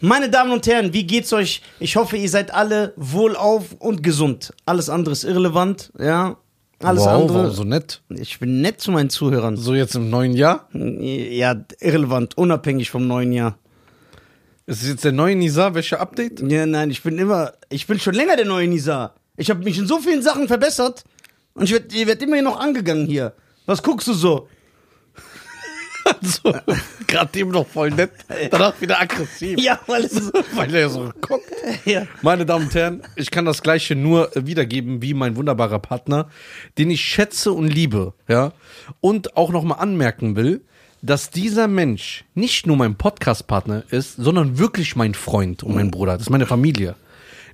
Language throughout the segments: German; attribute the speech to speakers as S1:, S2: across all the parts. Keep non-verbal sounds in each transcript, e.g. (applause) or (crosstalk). S1: Meine Damen und Herren, wie geht's euch? Ich hoffe, ihr seid alle wohlauf und gesund. Alles andere ist irrelevant, ja. Alles
S2: wow,
S1: andere.
S2: Wow, so nett.
S1: Ich bin nett zu meinen Zuhörern.
S2: So jetzt im neuen Jahr.
S1: Ja, irrelevant, unabhängig vom neuen Jahr.
S2: Ist es jetzt der neue Nisa? Welche (laughs) Update?
S1: Ja, nein, ich bin immer, ich bin schon länger der neue Nisa. Ich habe mich in so vielen Sachen verbessert und ich werde werd immer noch angegangen hier. Was guckst du so? (laughs)
S2: Also, Gerade eben noch voll nett, danach wieder aggressiv.
S1: Ja, weil es ist.
S2: Weil er so kommt.
S1: Ja.
S2: Meine Damen und Herren, ich kann das Gleiche nur äh, wiedergeben wie mein wunderbarer Partner, den ich schätze und liebe, ja. Und auch nochmal anmerken will, dass dieser Mensch nicht nur mein Podcast-Partner ist, sondern wirklich mein Freund und mein Bruder. Das ist meine Familie.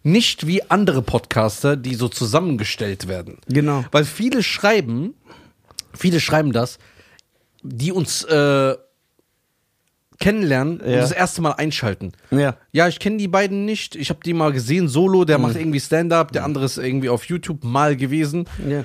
S2: Nicht wie andere Podcaster, die so zusammengestellt werden.
S1: Genau.
S2: Weil viele schreiben, viele schreiben das, die uns äh, kennenlernen und
S1: Ja.
S2: das erste Mal einschalten.
S1: Ja.
S2: Ja, Mhm. ich kenne die beiden nicht. Ich habe die mal gesehen, Solo, der macht irgendwie Stand-up, der andere ist irgendwie auf YouTube mal gewesen.
S1: Ja.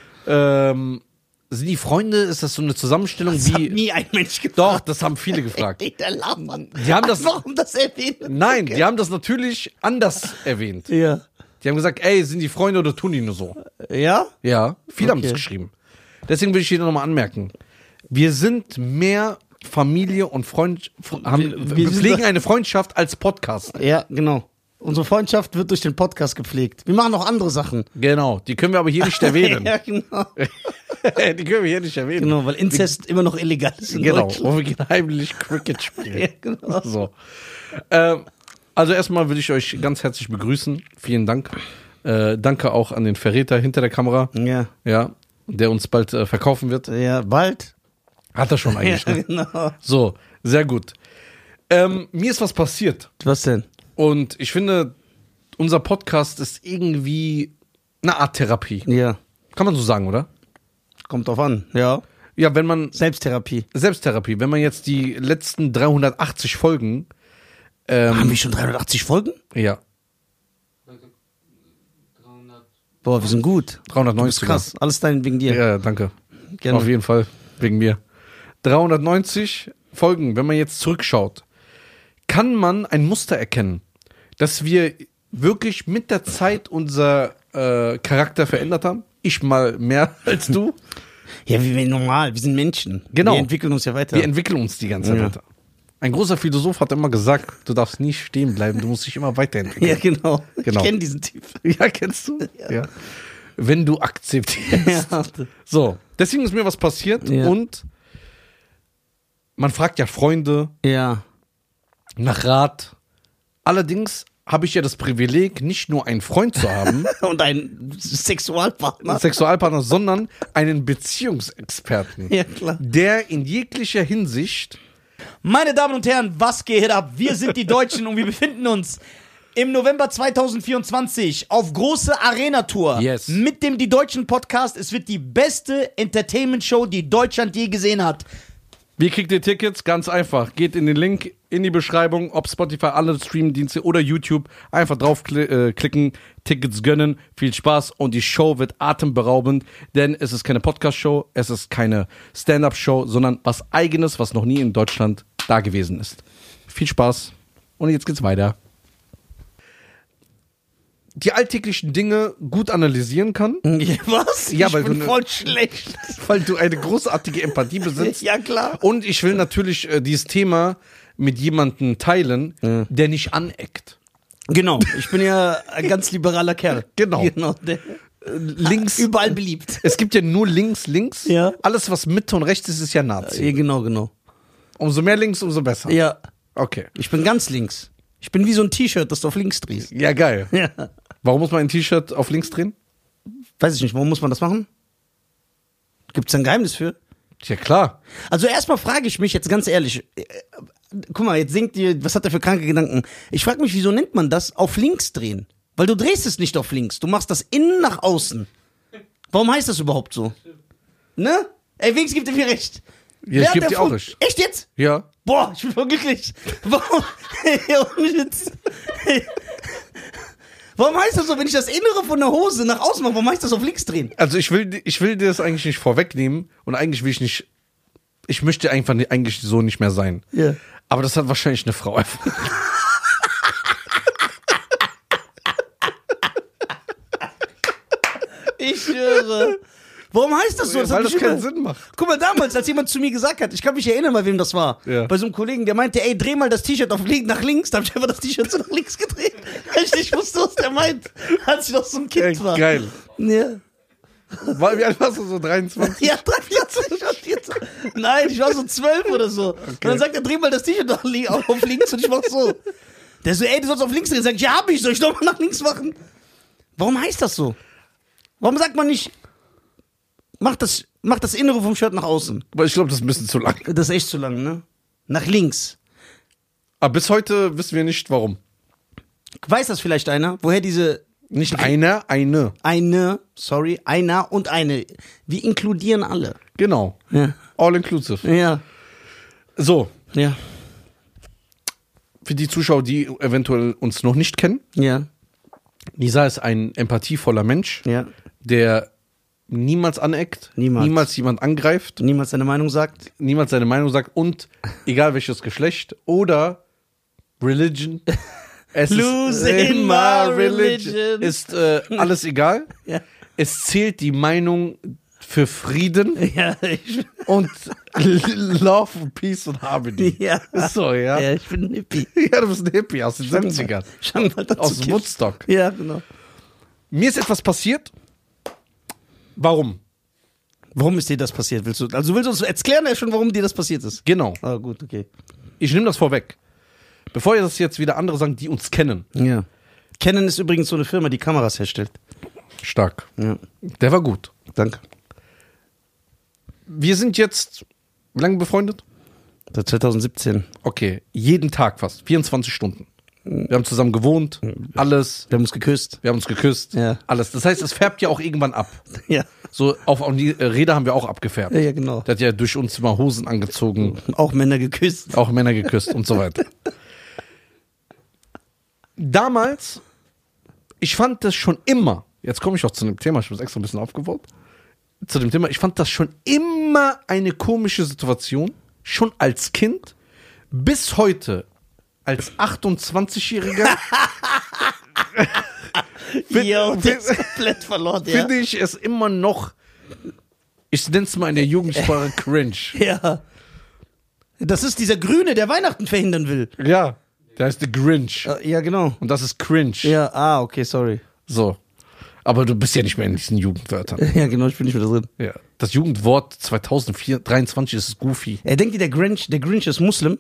S2: Ähm, sind die Freunde? Ist das so eine Zusammenstellung
S1: Das hat
S2: wie.
S1: nie ein Mensch gefragt.
S2: Doch, das haben viele (laughs) gefragt.
S1: Ey, der Lahmann.
S2: Die haben das-
S1: Warum das erwähnt?
S2: Nein, die haben das natürlich anders erwähnt.
S1: Ja.
S2: Die haben gesagt, ey, sind die Freunde oder tun die nur so?
S1: Ja?
S2: Ja, viele haben es
S1: Okay.
S2: geschrieben. Deswegen will ich hier nochmal anmerken. Wir sind mehr Familie und Freund, fr- haben,
S1: Wir- wir
S2: wir,
S1: sind
S2: pflegen
S1: da-
S2: eine Freundschaft als Podcast.
S1: Ja, genau. Unsere Freundschaft wird durch den Podcast gepflegt. Wir machen auch andere Sachen.
S2: Genau, die können wir aber hier (laughs) nicht
S1: (laughs)
S2: erwähnen.
S1: ja, genau.
S2: (laughs) die können wir hier nicht erwähnen.
S1: genau, weil Inzest immer noch illegal ist. In
S2: Genau,
S1: Deutschland.
S2: wo wir gehen heimlich Cricket
S1: (laughs)
S2: spielen.
S1: Ja, genau.
S2: So. Ähm, also erstmal will ich euch ganz herzlich begrüßen. Vielen Dank. Äh, danke auch an den Verräter hinter der Kamera,
S1: (laughs) Ja.
S2: ja, der uns bald äh, verkaufen wird.
S1: Ja, bald.
S2: Hat er
S1: (laughs)
S2: schon
S1: Ja,
S2: eigentlich. Ne?
S1: genau.
S2: So, sehr gut. Ähm, mir ist was passiert.
S1: Was denn?
S2: Und ich finde, unser Podcast ist irgendwie eine Art Therapie.
S1: Ja,
S2: Kann man so sagen, oder?
S1: kommt drauf an. Ja.
S2: Ja, wenn man
S1: Selbsttherapie.
S2: Selbsttherapie, wenn man jetzt die letzten 380 Folgen,
S1: Haben wir schon 380 Folgen?
S2: ja,
S1: Boah, wir sind gut. Du bist
S2: 390.
S1: krass. Alles dein wegen dir.
S2: Ja, danke.
S1: Gerne.
S2: Auf jeden Fall wegen mir. 390 Folgen, wenn man jetzt zurückschaut, kann man ein Muster erkennen, dass wir wirklich mit der Zeit unser äh, Charakter verändert haben. Ich mal mehr (laughs) als du.
S1: Ja, wir sind normal. Wir sind Menschen.
S2: Genau.
S1: Wir entwickeln uns ja weiter.
S2: Wir entwickeln uns die ganze Zeit
S1: Ja.
S2: weiter. Ein großer Philosoph hat immer gesagt, du darfst nie stehen bleiben, du musst dich immer weiterentwickeln.
S1: ja, genau.
S2: Genau.
S1: Ich kenne diesen Typ.
S2: (laughs) Ja, kennst du? Ja. Wenn du akzeptierst.
S1: (laughs)
S2: (laughs)
S1: Ja.
S2: So, deswegen ist mir was passiert
S1: Ja.
S2: und man fragt ja Freunde
S1: ja.
S2: nach Rat. Allerdings habe ich ja das Privileg, nicht nur einen Freund zu (laughs) haben,
S1: (laughs) Und ein Sexualpartner.
S2: einen Sexualpartner, sondern einen
S1: (laughs)
S2: Beziehungsexperten,
S1: Ja, klar.
S2: der in jeglicher Hinsicht
S1: Meine Damen und Herren, was geht ab? Wir sind die Deutschen und wir befinden uns im November 2024 auf große Arena-Tour
S2: Yes.
S1: mit dem Die Deutschen Podcast. Es wird die beste Entertainment-Show, die Deutschland je gesehen (laughs) hat.
S2: Wie kriegt ihr Tickets? Ganz einfach. Geht in den Link in die Beschreibung, ob Spotify, alle Streamdienste oder YouTube. Einfach draufklicken, äh, klicken, Tickets gönnen. Viel Spaß und die Show wird atemberaubend, denn es ist keine Podcast-Show, es ist keine Stand-Up-Show, sondern was Eigenes, was noch nie in Deutschland da gewesen ist. Viel Spaß und jetzt geht's weiter. Die alltäglichen Dinge gut analysieren kann,
S1: Mhm. Was?
S2: Ja,
S1: ich
S2: weil
S1: bin
S2: du ne-
S1: voll schlecht.
S2: weil du eine großartige Empathie
S1: (laughs)
S2: besitzt.
S1: Ja, klar.
S2: Und ich will natürlich äh, dieses Thema mit jemandem teilen, der nicht aneckt.
S1: Genau, ich bin ja ein ganz liberaler Kerl.
S2: Genau.
S1: genau der,
S2: Äh, Links.
S1: überall beliebt.
S2: Es gibt ja nur links, links.
S1: Ja.
S2: Alles, was Mitte und rechts ist, ist ja Nazi.
S1: Ja, genau, genau.
S2: Umso mehr links, umso besser.
S1: Ja,
S2: Okay.
S1: ich bin ganz links. Ich bin wie so ein T-Shirt, das du auf links drehst.
S2: Ja, geil.
S1: Ja.
S2: Warum muss man ein T-Shirt auf links drehen?
S1: Weiß ich nicht, warum muss man das machen? Gibt es ein Geheimnis für?
S2: Ja, klar.
S1: Also erstmal frage ich mich jetzt ganz ehrlich, äh, guck mal, jetzt singt ihr, was hat er für kranke Gedanken? Ich frage mich, wieso nennt man das auf links drehen? Weil du drehst es nicht auf links, du machst das innen nach außen. Warum heißt das überhaupt so? Ne? Ey, wenigstens gibt ihr mir recht. Wer
S2: ich
S1: hat
S2: geb dir
S1: erfunden-
S2: auch recht.
S1: Echt jetzt?
S2: Ja.
S1: Boah, ich bin voll glücklich. Warum? Ja, ohne Witz. Warum heißt das so, wenn ich das Innere von der Hose nach außen mache, warum heißt das auf links drehen?
S2: Also ich will, ich will dir das eigentlich nicht vorwegnehmen und eigentlich will ich nicht. Ich möchte einfach ni- eigentlich so nicht mehr sein.
S1: Ja.
S2: Aber das hat wahrscheinlich eine Frau erfunden.
S1: Ich schwöre. Warum heißt das so?
S2: Ja,
S1: Das
S2: weil
S1: hat
S2: das
S1: mich
S2: keinen
S1: über-
S2: Sinn macht.
S1: Guck mal, damals, als jemand zu mir gesagt hat, ich kann mich erinnern, bei wem das war.
S2: Ja.
S1: Bei so einem Kollegen, der meinte, ey, dreh mal das T-Shirt auf link, nach links. Da hab ich einfach das T-Shirt so nach links gedreht. (laughs) Weil ich nicht wusste, was der meint, als ich noch so ein Kind
S2: Ey,
S1: war.
S2: geil.
S1: Ja.
S2: War, wie alt warst du so? 23?
S1: Ja, (laughs) 43 und 14. Nein, ich war so 12 oder so. Und dann sagt er, dreh mal das T-Shirt nach li- auf links und ich mach so. Der so, ey, du sollst auf links drehen. Sag ich, ja, hab ich, soll ich nochmal nach links machen? Warum heißt das so? Warum sagt man nicht, mach das, mach das Innere vom Shirt nach außen?
S2: Aber ich glaube, das ist ein bisschen zu lang.
S1: Das ist echt zu lang, ne? Nach links.
S2: Aber bis heute wissen wir nicht, warum.
S1: Weiß das vielleicht einer, woher diese
S2: Nicht einer, eine.
S1: eine, sorry, einer und eine. Wir inkludieren alle.
S2: Genau.
S1: Ja.
S2: All inclusive.
S1: Ja.
S2: So,
S1: Ja.
S2: für die Zuschauer, die eventuell uns noch nicht kennen.
S1: Ja.
S2: Nisa ist ein empathievoller Mensch,
S1: Ja.
S2: der niemals aneckt,
S1: Niemals.
S2: niemals jemand angreift,
S1: Niemals seine Meinung sagt.
S2: niemals seine Meinung sagt
S1: (laughs)
S2: und egal welches Geschlecht oder
S1: (laughs)
S2: Religion. Es
S1: Losing my religion.
S2: Ist äh, alles egal.
S1: Ja.
S2: Es zählt die Meinung für Frieden
S1: (laughs) Ja, ich,
S2: und
S1: (laughs)
S2: Love, and Peace und Harmony.
S1: Ja.
S2: Ist so,
S1: ja,
S2: ja. ja.
S1: ich bin ein Hippie.
S2: (laughs) du bist ein Hippie aus den 70ern.
S1: Schon mal dazu
S2: Aus
S1: kiffen.
S2: Woodstock.
S1: Ja, genau.
S2: Mir ist etwas passiert. Warum?
S1: Warum ist dir das passiert? Willst du, also willst du uns erklären ja schon, warum dir das passiert ist?
S2: Genau.
S1: Ah, gut, okay.
S2: Ich nehme das vorweg. Bevor ihr das jetzt wieder andere sagen, die uns kennen.
S1: Ja. Canon ist übrigens so eine Firma, die Kameras herstellt.
S2: Stark.
S1: Ja,
S2: Der war gut.
S1: danke.
S2: Wir sind jetzt wie lange befreundet?
S1: Seit 2017.
S2: Okay, jeden Tag fast. 24 Stunden. Wir haben zusammen gewohnt, alles.
S1: Wir haben uns geküsst.
S2: Wir haben uns geküsst,
S1: Ja.
S2: alles. Das heißt, es färbt ja auch irgendwann ab.
S1: (laughs) Ja.
S2: So auf, auf die äh, Räder haben wir auch abgefärbt.
S1: Ja, ja, genau.
S2: Der hat ja durch uns immer Hosen angezogen,
S1: Auch Männer geküsst.
S2: auch Männer geküsst und so weiter. Damals, ich fand das schon immer, jetzt komme ich auch zu dem Thema, ich habe es extra ein bisschen aufgebaut, zu dem Thema, ich fand das schon immer eine komische Situation, schon als Kind, bis heute, als
S1: (laughs)
S2: 28-Jähriger,
S1: (laughs) Ja, und der ist komplett verloren, ja.
S2: finde ich es immer noch, ich nenne es mal in der
S1: (laughs)
S2: Jugendsprache cringe.
S1: Ja. Das ist dieser Grüne, der Weihnachten verhindern will.
S2: Ja. Der heißt The Grinch.
S1: Äh, Ja, genau.
S2: Und das ist cringe.
S1: Ja, ah, okay, sorry.
S2: So. Aber du bist ja nicht mehr in diesen Jugendwörtern.
S1: Ja, genau, ich bin nicht mehr drin.
S2: Ja. Das Jugendwort 2023 ist goofy.
S1: Er denkt, der Grinch, der Grinch ist Muslim,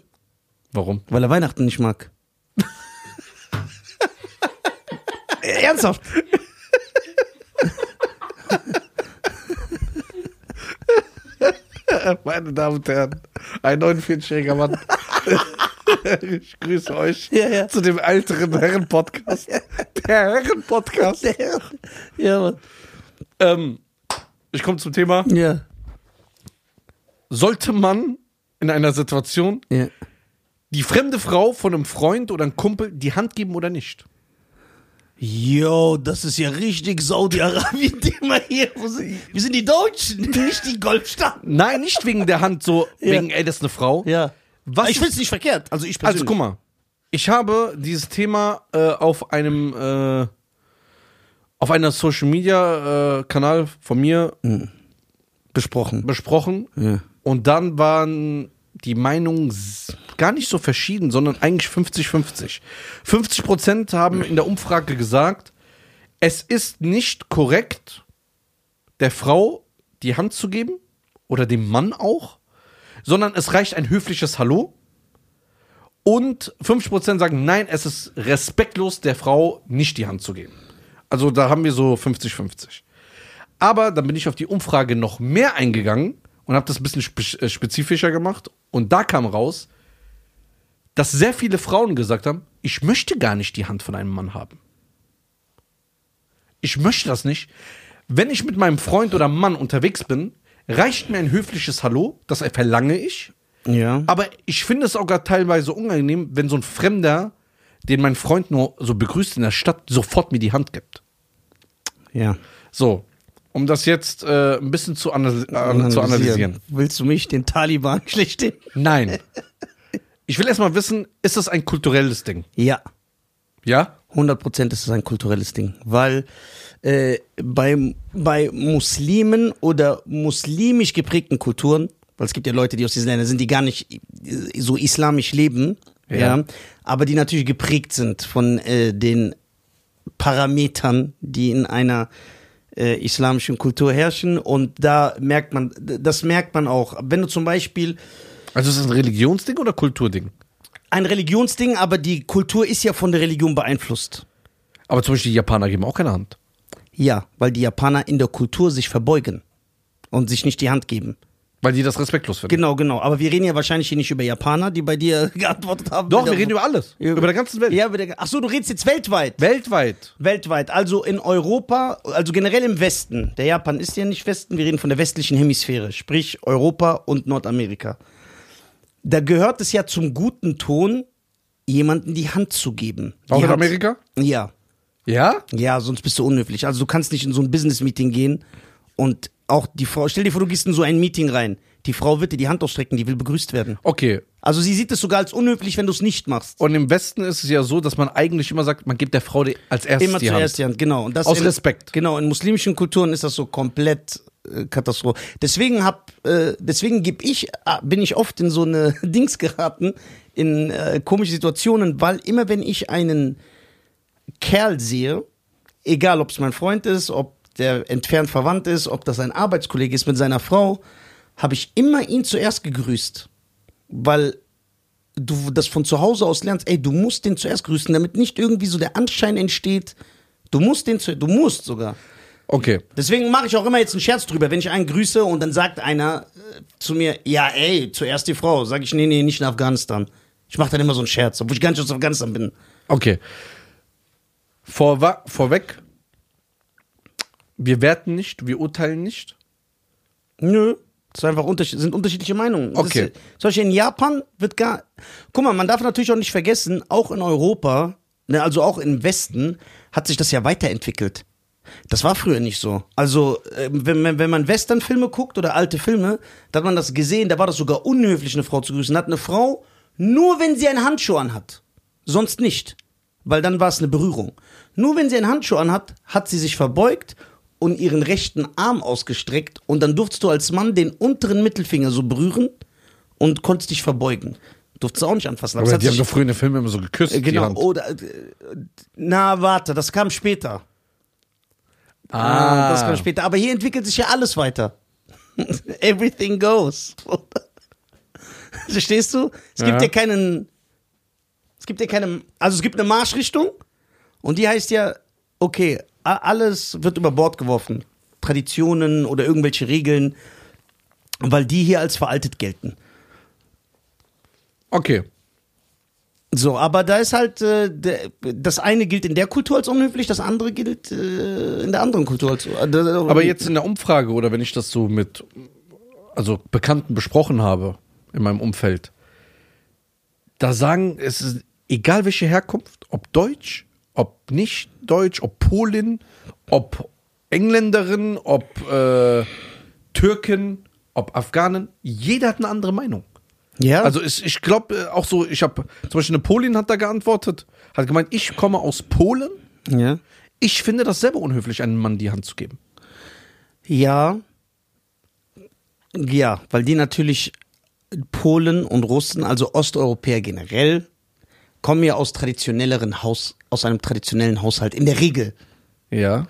S2: Warum?
S1: weil er Weihnachten nicht mag. (laughs) Ernsthaft?
S2: Meine Damen und Herren, ein 49-jähriger (laughs) Mann. Ich grüße euch
S1: Ja, ja.
S2: zu dem älteren Herren-Podcast. Der Herren-Podcast.
S1: (laughs) Ja, Mann.
S2: Ähm, ich komme zum Thema.
S1: Ja.
S2: Sollte man in einer Situation
S1: ja.
S2: die fremde Frau von einem Freund oder einem Kumpel die Hand geben oder nicht?
S1: Yo, das ist ja richtig Saudi-Arabien-Thema hier. Wo sind- Wir sind die Deutschen, (laughs) nicht die Golfstaaten.
S2: Nein, nicht wegen der Hand so, wegen, ey, das ist eine Frau.
S1: Ja.
S2: Was
S1: ich find's nicht verkehrt. Also ich persönlich.
S2: Also guck mal, ich habe dieses Thema äh, auf einem äh, auf einer Social Media äh, Kanal von mir
S1: Besprochen.
S2: besprochen
S1: Ja.
S2: und dann waren die Meinungen s- gar nicht so verschieden, sondern eigentlich 50-50. 50 Prozent haben in der Umfrage gesagt, es ist nicht korrekt, der Frau die Hand zu geben oder dem Mann auch, sondern es reicht ein höfliches Hallo. Und 50% sagen, nein, es ist respektlos, der Frau nicht die Hand zu geben. Also da haben wir so 50-50. Aber dann bin ich auf die Umfrage noch mehr eingegangen und habe das ein bisschen spe äh, spezifischer gemacht. Und da kam raus, dass sehr viele Frauen gesagt haben, ich möchte gar nicht die Hand von einem Mann haben. Ich möchte das nicht. Wenn ich mit meinem Freund oder Mann unterwegs bin, reicht mir ein höfliches Hallo, das verlange ich.
S1: Ja.
S2: Aber ich finde es sogar teilweise unangenehm, wenn so ein Fremder, den mein Freund nur so begrüßt in der Stadt, sofort mir die Hand gibt.
S1: ja.
S2: So, um das jetzt äh, ein bisschen zu, analy äh, zu analysieren.
S1: Willst du mich, den Taliban, (laughs) schlechthin? (laughs)
S2: Nein. Ich will erstmal wissen, ist das ein kulturelles Ding?
S1: Ja.
S2: Ja?
S1: 100% ist es ein kulturelles Ding, weil äh, bei, bei Muslimen oder muslimisch geprägten Kulturen, weil es gibt ja Leute, die aus diesen Ländern sind, die gar nicht äh, so islamisch leben, ja.
S2: Ja.
S1: aber die natürlich geprägt sind von äh, den Parametern, die in einer äh, islamischen Kultur herrschen und da merkt man, d- das merkt man auch. Wenn du zum Beispiel
S2: Also ist das ein Religionsding oder Kulturding?
S1: ein Religionsding, aber die Kultur ist ja von der Religion beeinflusst.
S2: Aber zum Beispiel die Japaner geben auch keine Hand.
S1: Ja, weil die Japaner in der Kultur sich verbeugen und sich nicht die Hand geben.
S2: Weil die das respektlos finden.
S1: Genau, genau. Aber wir reden ja wahrscheinlich hier nicht über Japaner, die bei dir (laughs) geantwortet haben.
S2: Doch, wir reden über alles.
S1: Ja.
S2: Über der ganzen Welt.
S1: Ja, über der, ach so, du redest jetzt weltweit.
S2: Weltweit.
S1: Weltweit, also in Europa, also generell im Westen. Der Japan ist ja nicht Westen, wir reden von der westlichen Hemisphäre, sprich Europa und Nordamerika. Da gehört es ja zum guten Ton, jemanden die Hand zu geben. Die
S2: Auch in
S1: Hand-
S2: Amerika?
S1: Ja.
S2: Ja?
S1: Ja, sonst bist du unhöflich. Also du kannst nicht in so ein Business-Meeting gehen und auch die Frau, stell dir vor, du gehst in so ein Meeting rein. Die Frau wird dir die Hand ausstrecken, die will begrüßt werden.
S2: Okay.
S1: Also sie sieht es sogar als unhöflich, wenn du es nicht machst.
S2: Und im Westen ist es ja so, dass man eigentlich immer sagt, man gibt der Frau die, als erstes
S1: Immer
S2: die
S1: zuerst
S2: Hand.
S1: die Hand, genau. Und das
S2: Aus
S1: in,
S2: Respekt.
S1: Genau, in muslimischen Kulturen ist das so komplett äh, Katastrophe. Deswegen hab, äh, deswegen geb ich, äh, bin ich oft in so eine (laughs) Dings geraten, in äh, komische Situationen, weil immer wenn ich einen Kerl sehe, egal ob es mein Freund ist, ob der entfernt verwandt ist, ob das ein Arbeitskollege ist mit seiner Frau, habe ich immer ihn zuerst gegrüßt. Weil du das von zu Hause aus lernst, ey, du musst den zuerst grüßen, damit nicht irgendwie so der Anschein entsteht, du musst den zu, du musst sogar.
S2: Okay.
S1: Deswegen mache ich auch immer jetzt einen Scherz drüber, wenn ich einen grüße und dann sagt einer äh, zu mir, ja, ey, zuerst die Frau, sage ich, nee, nee, nicht in Afghanistan. Ich mache dann immer so einen Scherz, obwohl ich gar nicht aus Afghanistan bin.
S2: Okay. Vorwa vorweg. Wir werten nicht, wir urteilen nicht.
S1: Nö. Das ist einfach unterschied sind unterschiedliche Meinungen. Das
S2: Okay.
S1: Ist, zum Beispiel in Japan wird gar. Guck mal, man darf natürlich auch nicht vergessen, auch in Europa, ne, also auch im Westen, hat sich das ja weiterentwickelt. Das war früher nicht so. Also, äh, wenn, man- wenn man Western-Filme guckt oder alte Filme, da hat man das gesehen, da war das sogar unhöflich, eine Frau zu grüßen. Da hat eine Frau, nur wenn sie einen Handschuh anhat, sonst nicht. Weil dann war es eine Berührung. Nur wenn sie einen Handschuh anhat, hat sie sich verbeugt und ihren rechten Arm ausgestreckt und dann durftest du als Mann den unteren Mittelfinger so berühren und konntest dich verbeugen. Durftest du auch nicht anfassen. Aber
S2: Aber
S1: es hat
S2: die haben
S1: sich-
S2: doch früher in den Filmen immer so geküsst.
S1: äh, (laughs) genau,
S2: Die Hand.
S1: oder, äh, na, warte, das kam später.
S2: Ah,
S1: Das kam später. Aber hier entwickelt sich ja alles weiter. (laughs) Everything goes. (laughs) Verstehst du? Es gibt
S2: Ja.
S1: ja keinen. Es gibt ja keine. Also es gibt eine Marschrichtung und die heißt ja, okay, a- alles wird über Bord geworfen. Traditionen oder irgendwelche Regeln, weil die hier als veraltet gelten.
S2: Okay.
S1: So, aber da ist halt, äh, der, das eine gilt in der Kultur als unhöflich, das andere gilt äh, in der anderen Kultur als
S2: Aber jetzt in der Umfrage oder wenn ich das so mit also Bekannten besprochen habe in meinem Umfeld, da sagen, es ist egal welche Herkunft, ob Deutsch, ob nicht Deutsch, ob Polin, ob Engländerin, ob äh, Türken, ob Afghanen, jeder hat eine andere Meinung.
S1: Ja, also,
S2: Also ich, ich glaube auch so, ich habe zum Beispiel eine Polin hat da geantwortet, hat gemeint, ich komme aus Polen,
S1: ja.
S2: ich finde das selber unhöflich, einem Mann die Hand zu geben.
S1: Ja. Ja, weil die natürlich Polen und Russen, also Osteuropäer generell, kommen ja aus traditionelleren Haus, aus einem traditionellen Haushalt in der Regel.
S2: Ja.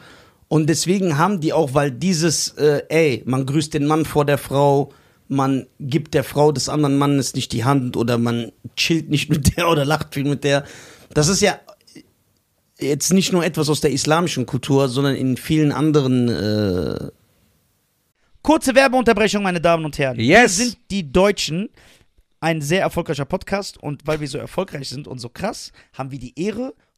S1: Und deswegen haben die auch, weil dieses, äh, ey, man grüßt den Mann vor der Frau, man gibt der Frau des anderen Mannes nicht die Hand oder man chillt nicht (laughs) mit der oder lacht viel mit der. Das ist ja jetzt nicht nur etwas aus der islamischen Kultur, sondern in vielen anderen. Äh
S3: Kurze Werbeunterbrechung, meine Damen und Herren.
S2: Yes.
S3: Wir sind die Deutschen. Ein sehr erfolgreicher Podcast und weil wir so erfolgreich sind und so krass, haben wir die Ehre,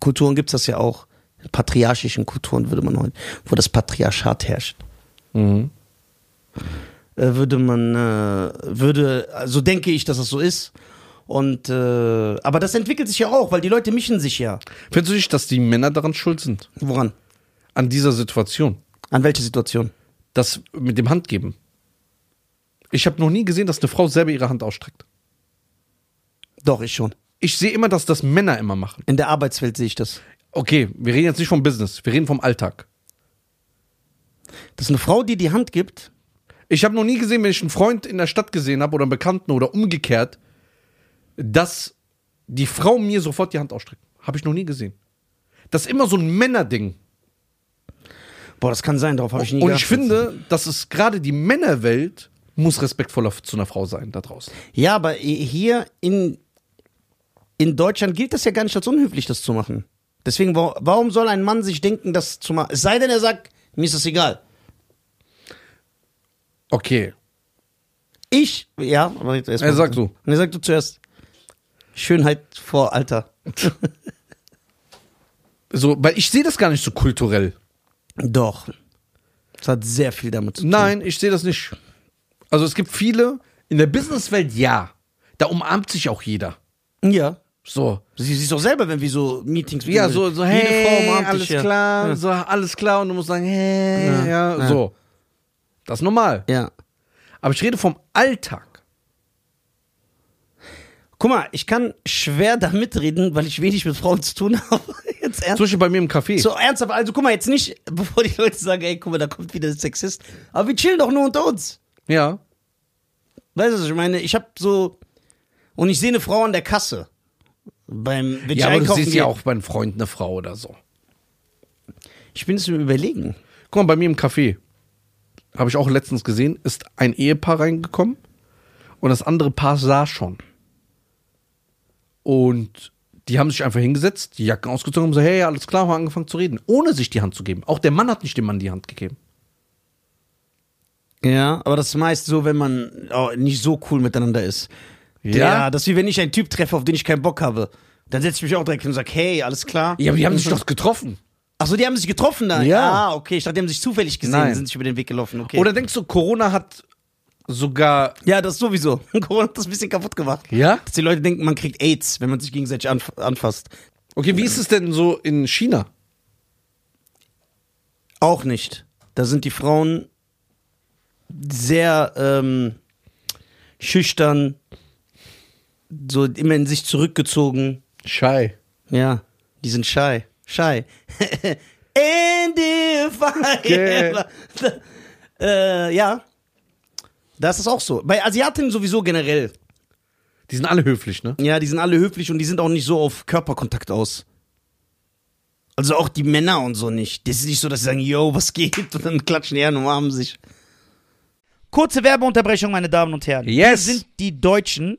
S1: Kulturen gibt es das ja auch. In patriarchischen Kulturen würde man heute, wo das Patriarchat herrscht,
S2: Mhm.
S1: äh, würde man, äh, würde, also denke ich, dass das so ist. Und, äh, aber das entwickelt sich ja auch, weil die Leute mischen sich ja.
S2: Findest du nicht, dass die Männer daran schuld sind?
S1: Woran?
S2: An dieser Situation?
S1: An welche Situation?
S2: Das mit dem Handgeben. Ich habe noch nie gesehen, dass eine Frau selber ihre Hand ausstreckt.
S1: Doch, ich schon.
S2: Ich sehe immer, dass das Männer immer machen.
S1: In der Arbeitswelt sehe ich das.
S2: Okay, wir reden jetzt nicht vom Business, wir reden vom Alltag.
S1: Dass eine Frau dir die Hand gibt,
S2: Ich habe noch nie gesehen, wenn ich einen Freund in der Stadt gesehen habe oder einen Bekannten oder umgekehrt, dass die Frau mir sofort die Hand ausstreckt. Habe ich noch nie gesehen. Das ist immer so ein Männerding.
S1: boah, das kann sein, darauf habe ich nie
S2: Und
S1: geachtet.
S2: ich finde, dass es gerade die Männerwelt muss respektvoller zu einer Frau sein da draußen.
S1: Ja, aber hier in, in Deutschland gilt das ja gar nicht als unhöflich, das zu machen. Deswegen, wa- warum soll ein Mann sich denken, das zu machen? Es sei denn, er sagt, mir ist das egal.
S2: Okay.
S1: Ich, ja, aber jetzt erst
S2: Er
S1: mal-
S2: sagt so.
S1: Und er sagt du zuerst. Schönheit vor Alter.
S2: So, weil ich sehe das gar nicht so kulturell.
S1: Doch. Das hat sehr viel damit zu tun.
S2: Nein, ich sehe das nicht. Also es gibt viele, in der Businesswelt ja. Da umarmt sich auch jeder.
S1: Ja.
S2: So.
S1: Sie siehst doch selber, wenn wir so Meetings
S2: Ja, so, so
S1: Jede Frau
S2: hey,
S1: umarmt
S2: alles
S1: dich, ja.
S2: klar, so, alles klar und du musst sagen, hey, ja,
S1: ja.
S2: so. Das ist normal.
S1: Ja.
S2: Aber ich rede vom Alltag.
S1: Guck mal, ich kann schwer da mitreden, weil ich wenig mit Frauen zu tun habe. (laughs) Jetzt ernst.
S2: Zum Beispiel bei mir im Café.
S1: So, ernsthaft, also guck mal, jetzt nicht, (laughs) bevor die Leute sagen, ey, guck mal, da kommt wieder der Sexist. Aber wir chillen doch nur unter uns.
S2: Ja.
S1: Weißt du, was ich meine? Ich hab so, und ich sehe eine Frau an der Kasse. Beim, wenn ich
S2: Ja, aber du
S1: einkaufen
S2: siehst
S1: gehe.
S2: ja auch bei einem Freund eine Frau oder so.
S1: Ich bin es mir überlegen.
S2: Guck mal, bei mir im Café, habe ich auch letztens gesehen, ist ein Ehepaar reingekommen und das andere Paar sah schon. Und die haben sich einfach hingesetzt, die Jacken ausgezogen und so, hey, alles klar, haben angefangen zu reden, ohne sich die Hand zu geben. Auch der Mann hat nicht dem Mann die Hand gegeben.
S1: Ja, aber das ist meist so, wenn man oh, nicht so cool miteinander ist. Ja? das ist wie wenn ich einen Typ treffe, auf den ich keinen Bock habe. Dann setze ich mich auch direkt hin und sage, hey, alles klar.
S2: Ja, aber die haben sich doch getroffen.
S1: Achso, die haben sich getroffen dann.
S2: Ja.
S1: Ah, okay. Ich dachte, die haben sich zufällig gesehen,
S2: Nein.
S1: sind sich über den Weg gelaufen. Okay.
S2: Oder denkst du, Corona hat sogar.
S1: ja, das sowieso. (laughs) Corona hat das ein bisschen kaputt gemacht.
S2: Ja?
S1: Dass die Leute denken, man kriegt AIDS, wenn man sich gegenseitig anf anfasst.
S2: Okay, wie ist es denn so in China?
S1: Auch nicht. Da sind die Frauen sehr ähm, schüchtern, so immer in sich zurückgezogen.
S2: Schei.
S1: Ja, die sind shy. Shy. (laughs) And if I ever. (laughs) Äh, ja. Da ist es auch so. Bei Asiatinnen sowieso generell.
S2: Die sind alle höflich, ne?
S1: Ja, die sind alle höflich und die sind auch nicht so auf Körperkontakt aus. Also auch die Männer und so nicht. Das ist nicht so, dass sie sagen, yo, was geht? Und dann klatschen die an und umarmen sich.
S3: Kurze Werbeunterbrechung, meine Damen und Herren.
S2: Yes.
S3: Wir sind die Deutschen.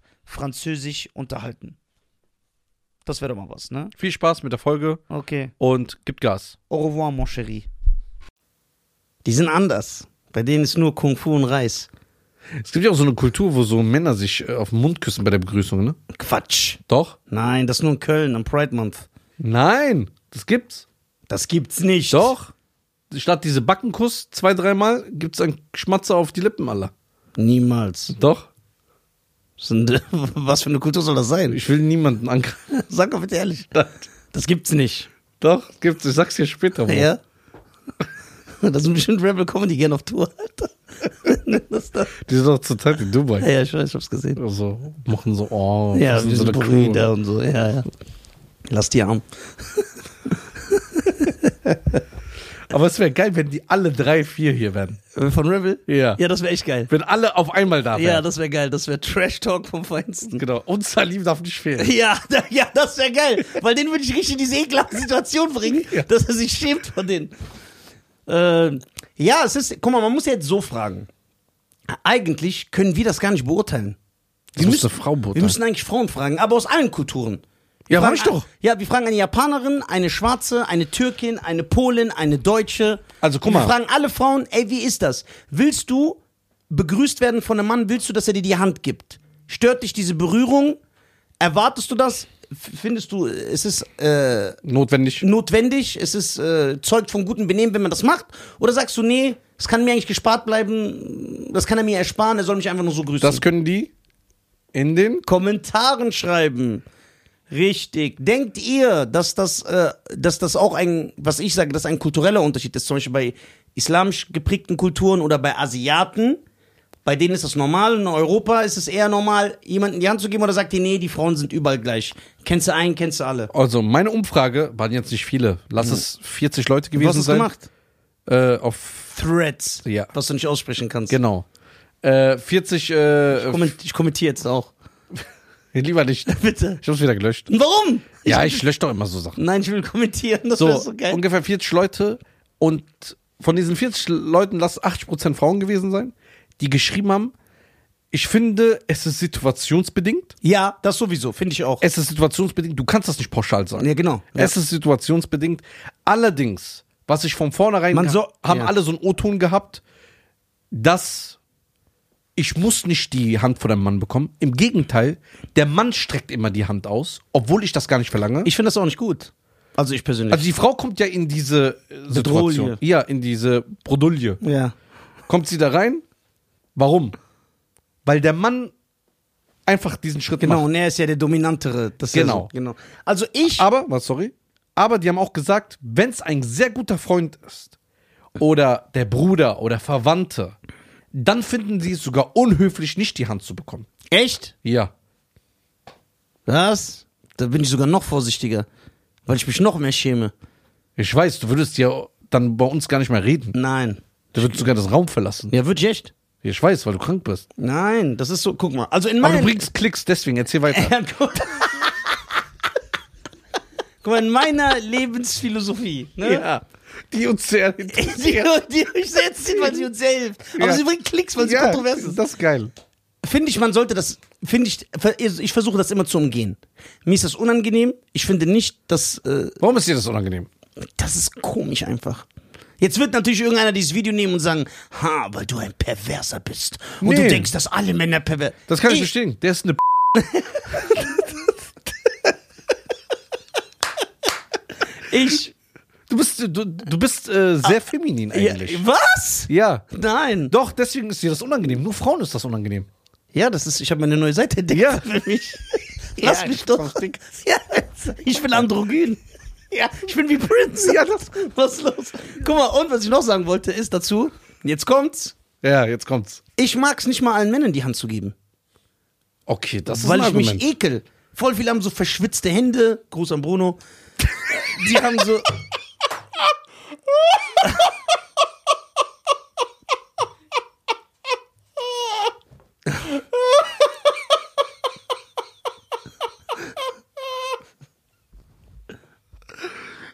S3: Französisch unterhalten. Das wäre doch mal was, ne?
S2: Viel Spaß mit der Folge
S3: Okay.
S2: und gib Gas.
S3: Au revoir, mon chéri.
S1: Die sind anders. Bei denen ist nur Kung Fu und Reis.
S2: Es gibt ja auch so eine Kultur, wo so Männer sich äh, auf den Mund küssen bei der Begrüßung, ne?
S1: Quatsch.
S2: Doch?
S1: Nein, das nur in Köln am Pride Month.
S2: Nein, das gibt's.
S1: Das gibt's nicht.
S2: Doch. Statt diese Backenkuss zwei, dreimal gibt's einen Schmatzer auf die Lippen, aller.
S1: Niemals.
S2: Doch.
S1: Das Sind, (laughs) was für eine Kultur soll das sein?
S2: Ich will niemanden angreifen.
S1: (laughs) Sag doch bitte ehrlich. Das gibt's nicht.
S2: Doch, gibt's. Ich sag's dir später. Bro.
S1: Ja? (laughs) Das sind bestimmt Rebel Comedy gerne auf Tour, Alter. (laughs) Das da.
S2: Die sind doch zurzeit in Dubai.
S1: Ja, ja, ich weiß, ich hab's gesehen.
S2: Also, machen so, oh,
S1: Ja,
S2: das
S1: wir
S2: ist so
S1: sind
S2: eine Crew.
S1: Brüder und so. Ja, ja. Lass die arm.
S2: Aber es wäre geil, wenn die alle drei, vier hier wären.
S1: Äh, Von Rebel?
S2: Ja.
S1: Ja, das wäre echt geil.
S2: Wenn alle auf einmal da wären.
S1: Ja, das wäre geil. Das wäre Trash Talk vom Feinsten.
S2: genau. Und Salim darf nicht fehlen.
S1: Ja, da, ja, das wäre geil, weil den würde ich richtig in diese ekelhafte Situation bringen,
S2: Ja.
S1: dass er sich schämt von denen. Ähm, ja, es ist, guck mal, man muss ja jetzt so fragen. Eigentlich können wir das gar nicht beurteilen.
S2: Das muss eine Frau beurteilen.
S1: Wir müssen eigentlich Frauen fragen, aber aus allen Kulturen. Wir
S2: Ja,
S1: fragen
S2: hab ich doch.
S1: An, ja, wir fragen eine Japanerin, eine Schwarze, eine Türkin, eine Polin, eine Deutsche.
S2: Also, guck mal.
S1: Wir fragen alle Frauen, ey, wie ist das? Willst du begrüßt werden von einem Mann? Willst du, dass er dir die Hand gibt? Stört dich diese Berührung? Erwartest du das? F- Findest du, es ist äh,
S2: Notwendig.
S1: notwendig, es ist äh, zeugt von gutem Benehmen, wenn man das macht? Oder sagst du, nee, es kann mir eigentlich gespart bleiben, das kann er mir ersparen, er soll mich einfach nur so grüßen?
S2: Das können die in den
S1: Kommentaren schreiben. Richtig. Denkt ihr, dass das, äh, dass das auch ein, was ich sage, dass ein kultureller Unterschied ist, zum Beispiel bei islamisch geprägten Kulturen oder bei Asiaten? Bei denen ist das normal. In Europa ist es eher normal, jemanden die Hand zu geben oder sagt ihr, nee, die Frauen sind überall gleich. Kennst du einen, kennst du alle.
S2: Also meine Umfrage waren jetzt nicht viele. Lass es 40 Leute gewesen
S1: Du hast es
S2: sein.
S1: gemacht?
S2: Äh, auf
S1: Threads.
S2: Ja.
S1: Was du nicht aussprechen kannst.
S2: genau. Äh, 40 äh,
S1: Komment- ich kommentiere jetzt auch. (laughs)
S2: f- lieber nicht.
S1: Bitte.
S2: Ich hab's wieder gelöscht.
S1: Warum?
S2: Ja, ich lösche doch immer so Sachen.
S1: Nein, ich will kommentieren. Das
S2: So,
S1: wäre so geil.
S2: ungefähr 40 Leute und von diesen 40 Leuten lass 80% Frauen gewesen sein, die geschrieben haben, ich finde, es ist situationsbedingt.
S1: Ja, das sowieso, finde ich auch.
S2: Es ist situationsbedingt, du kannst das nicht pauschal sagen.
S1: Ja, genau. Ja.
S2: Es ist situationsbedingt. Allerdings, was ich von vornherein
S1: Man so-
S2: haben
S1: ja.
S2: alle so einen O-Ton gehabt, dass ich muss nicht die Hand von einem Mann bekommen. Im Gegenteil, der Mann streckt immer die Hand aus, obwohl ich das gar nicht verlange.
S1: Ich finde das auch nicht gut. Also ich persönlich.
S2: also die Frau kommt ja in diese äh, Situation.
S1: Bedrohung.
S2: Ja, in diese Bredouille.
S1: ja.
S2: Kommt sie da rein? Warum? Weil der Mann einfach diesen Schritt
S1: Genau,
S2: macht.
S1: und er ist ja der Dominantere. Das ist
S2: Genau.
S1: Ja so, genau. Also ich.
S2: Aber, was, sorry? Aber die haben auch gesagt, wenn es ein sehr guter Freund ist oder der Bruder oder Verwandte, dann finden sie es sogar unhöflich, nicht die Hand zu bekommen.
S1: echt?
S2: Ja.
S1: Was? Da bin ich sogar noch vorsichtiger. Weil ich mich noch mehr schäme.
S2: Ich weiß, du würdest ja dann bei uns gar nicht mehr reden.
S1: Nein.
S2: Du würdest sogar das Raum verlassen.
S1: Ja, würde ich echt.
S2: Ich weiß, weil du krank bist.
S1: Nein, das ist so, guck mal. Also in
S2: Aber du
S1: meinen.
S2: bringst Klicks, deswegen erzähl weiter.
S1: Ja, (laughs) guck. guck mal, in meiner Lebensphilosophie, ne?
S2: Die uns
S1: (laughs)
S2: sehr
S1: Die, die euch selbst sieht, weil sie uns hilft. Aber
S2: Ja.
S1: sie bringt Klicks, weil sie
S2: ja,
S1: kontrovers ist.
S2: ist das geil.
S1: finde ich, man sollte das, finde ich, ver- ich versuche das immer zu umgehen. Mir ist das unangenehm. Ich finde nicht, dass, äh,
S2: Warum ist dir das unangenehm?
S1: das ist komisch einfach. Jetzt wird natürlich irgendeiner dieses Video nehmen und sagen, ha, weil du ein Perverser bist. Und du
S2: Nee.
S1: denkst, dass alle Männer pervers
S2: Das kann ich,
S1: ich
S2: verstehen. Der ist eine P
S1: Ich,
S2: Du bist, du, du bist äh, sehr feminin
S1: Ah. ja,
S2: eigentlich.
S1: was?
S2: Ja.
S1: Nein.
S2: Doch, deswegen ist dir das unangenehm. Nur Frauen ist das unangenehm.
S1: Ja, das ist, ich habe eine neue Seite entdeckt
S2: Ja.
S1: für
S2: (laughs)
S1: mich. Lass
S2: Ja,
S1: mich doch. Ja, ich bin androgyn. Ja, ich bin wie Prince. Ja, das, was ist los? Guck mal, und was ich noch sagen wollte, ist dazu, jetzt kommt's.
S2: Ja, jetzt kommt's.
S1: Ich mag es nicht mal allen Männern die Hand zu geben,
S2: Okay, das ist
S1: weil
S2: ein
S1: ich
S2: Argument.
S1: mich ekel. Voll viele haben so verschwitzte Hände. Gruß an Bruno. Die haben so. eh-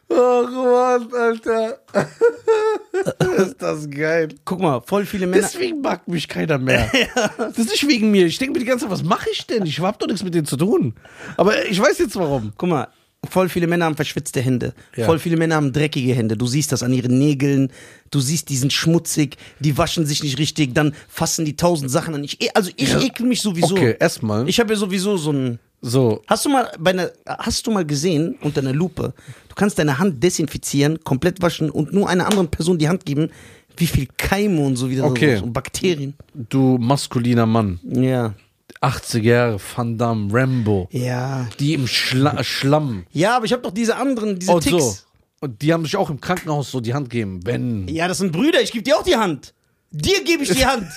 S2: oh Mann, Alter. (laughs) ist das geil.
S1: Guck mal, voll viele Männer.
S2: Deswegen mag mich
S1: (laughs)
S2: keiner mehr. Das ist nicht wegen mir. Ich denke mir die ganze Zeit, was mache ich denn? Ich habe doch nichts mit denen zu tun. Aber ich weiß jetzt warum.
S1: Guck mal, voll viele Männer haben verschwitzte Hände.
S2: Ja.
S1: Voll viele Männer haben dreckige Hände. Du siehst das an ihren Nägeln. Du siehst, die sind schmutzig. Die waschen sich nicht richtig. Dann fassen die tausend Sachen an. Ich, e- also ich ekel mich sowieso.
S2: Okay, erstmal.
S1: Ich habe ja sowieso so ein.
S2: So,
S1: Hast du mal bei einer, hast du mal gesehen unter einer Lupe? Du kannst deine Hand desinfizieren, komplett waschen und nur einer anderen Person die Hand geben. Wie viel Keime und so wieder
S2: Okay.
S1: so, und Bakterien.
S2: du maskuliner Mann.
S1: Ja,
S2: 80 Jahre, Van Damme, Rambo.
S1: ja,
S2: Die im Schla äh, Schlamm.
S1: ja. Aber ich habe doch diese anderen, diese
S2: und
S1: Ticks.
S2: so. Und die haben sich auch im Krankenhaus so die Hand gegeben. Wenn.
S1: Ja, das sind Brüder, ich gebe dir auch die Hand. Dir gebe ich die Hand.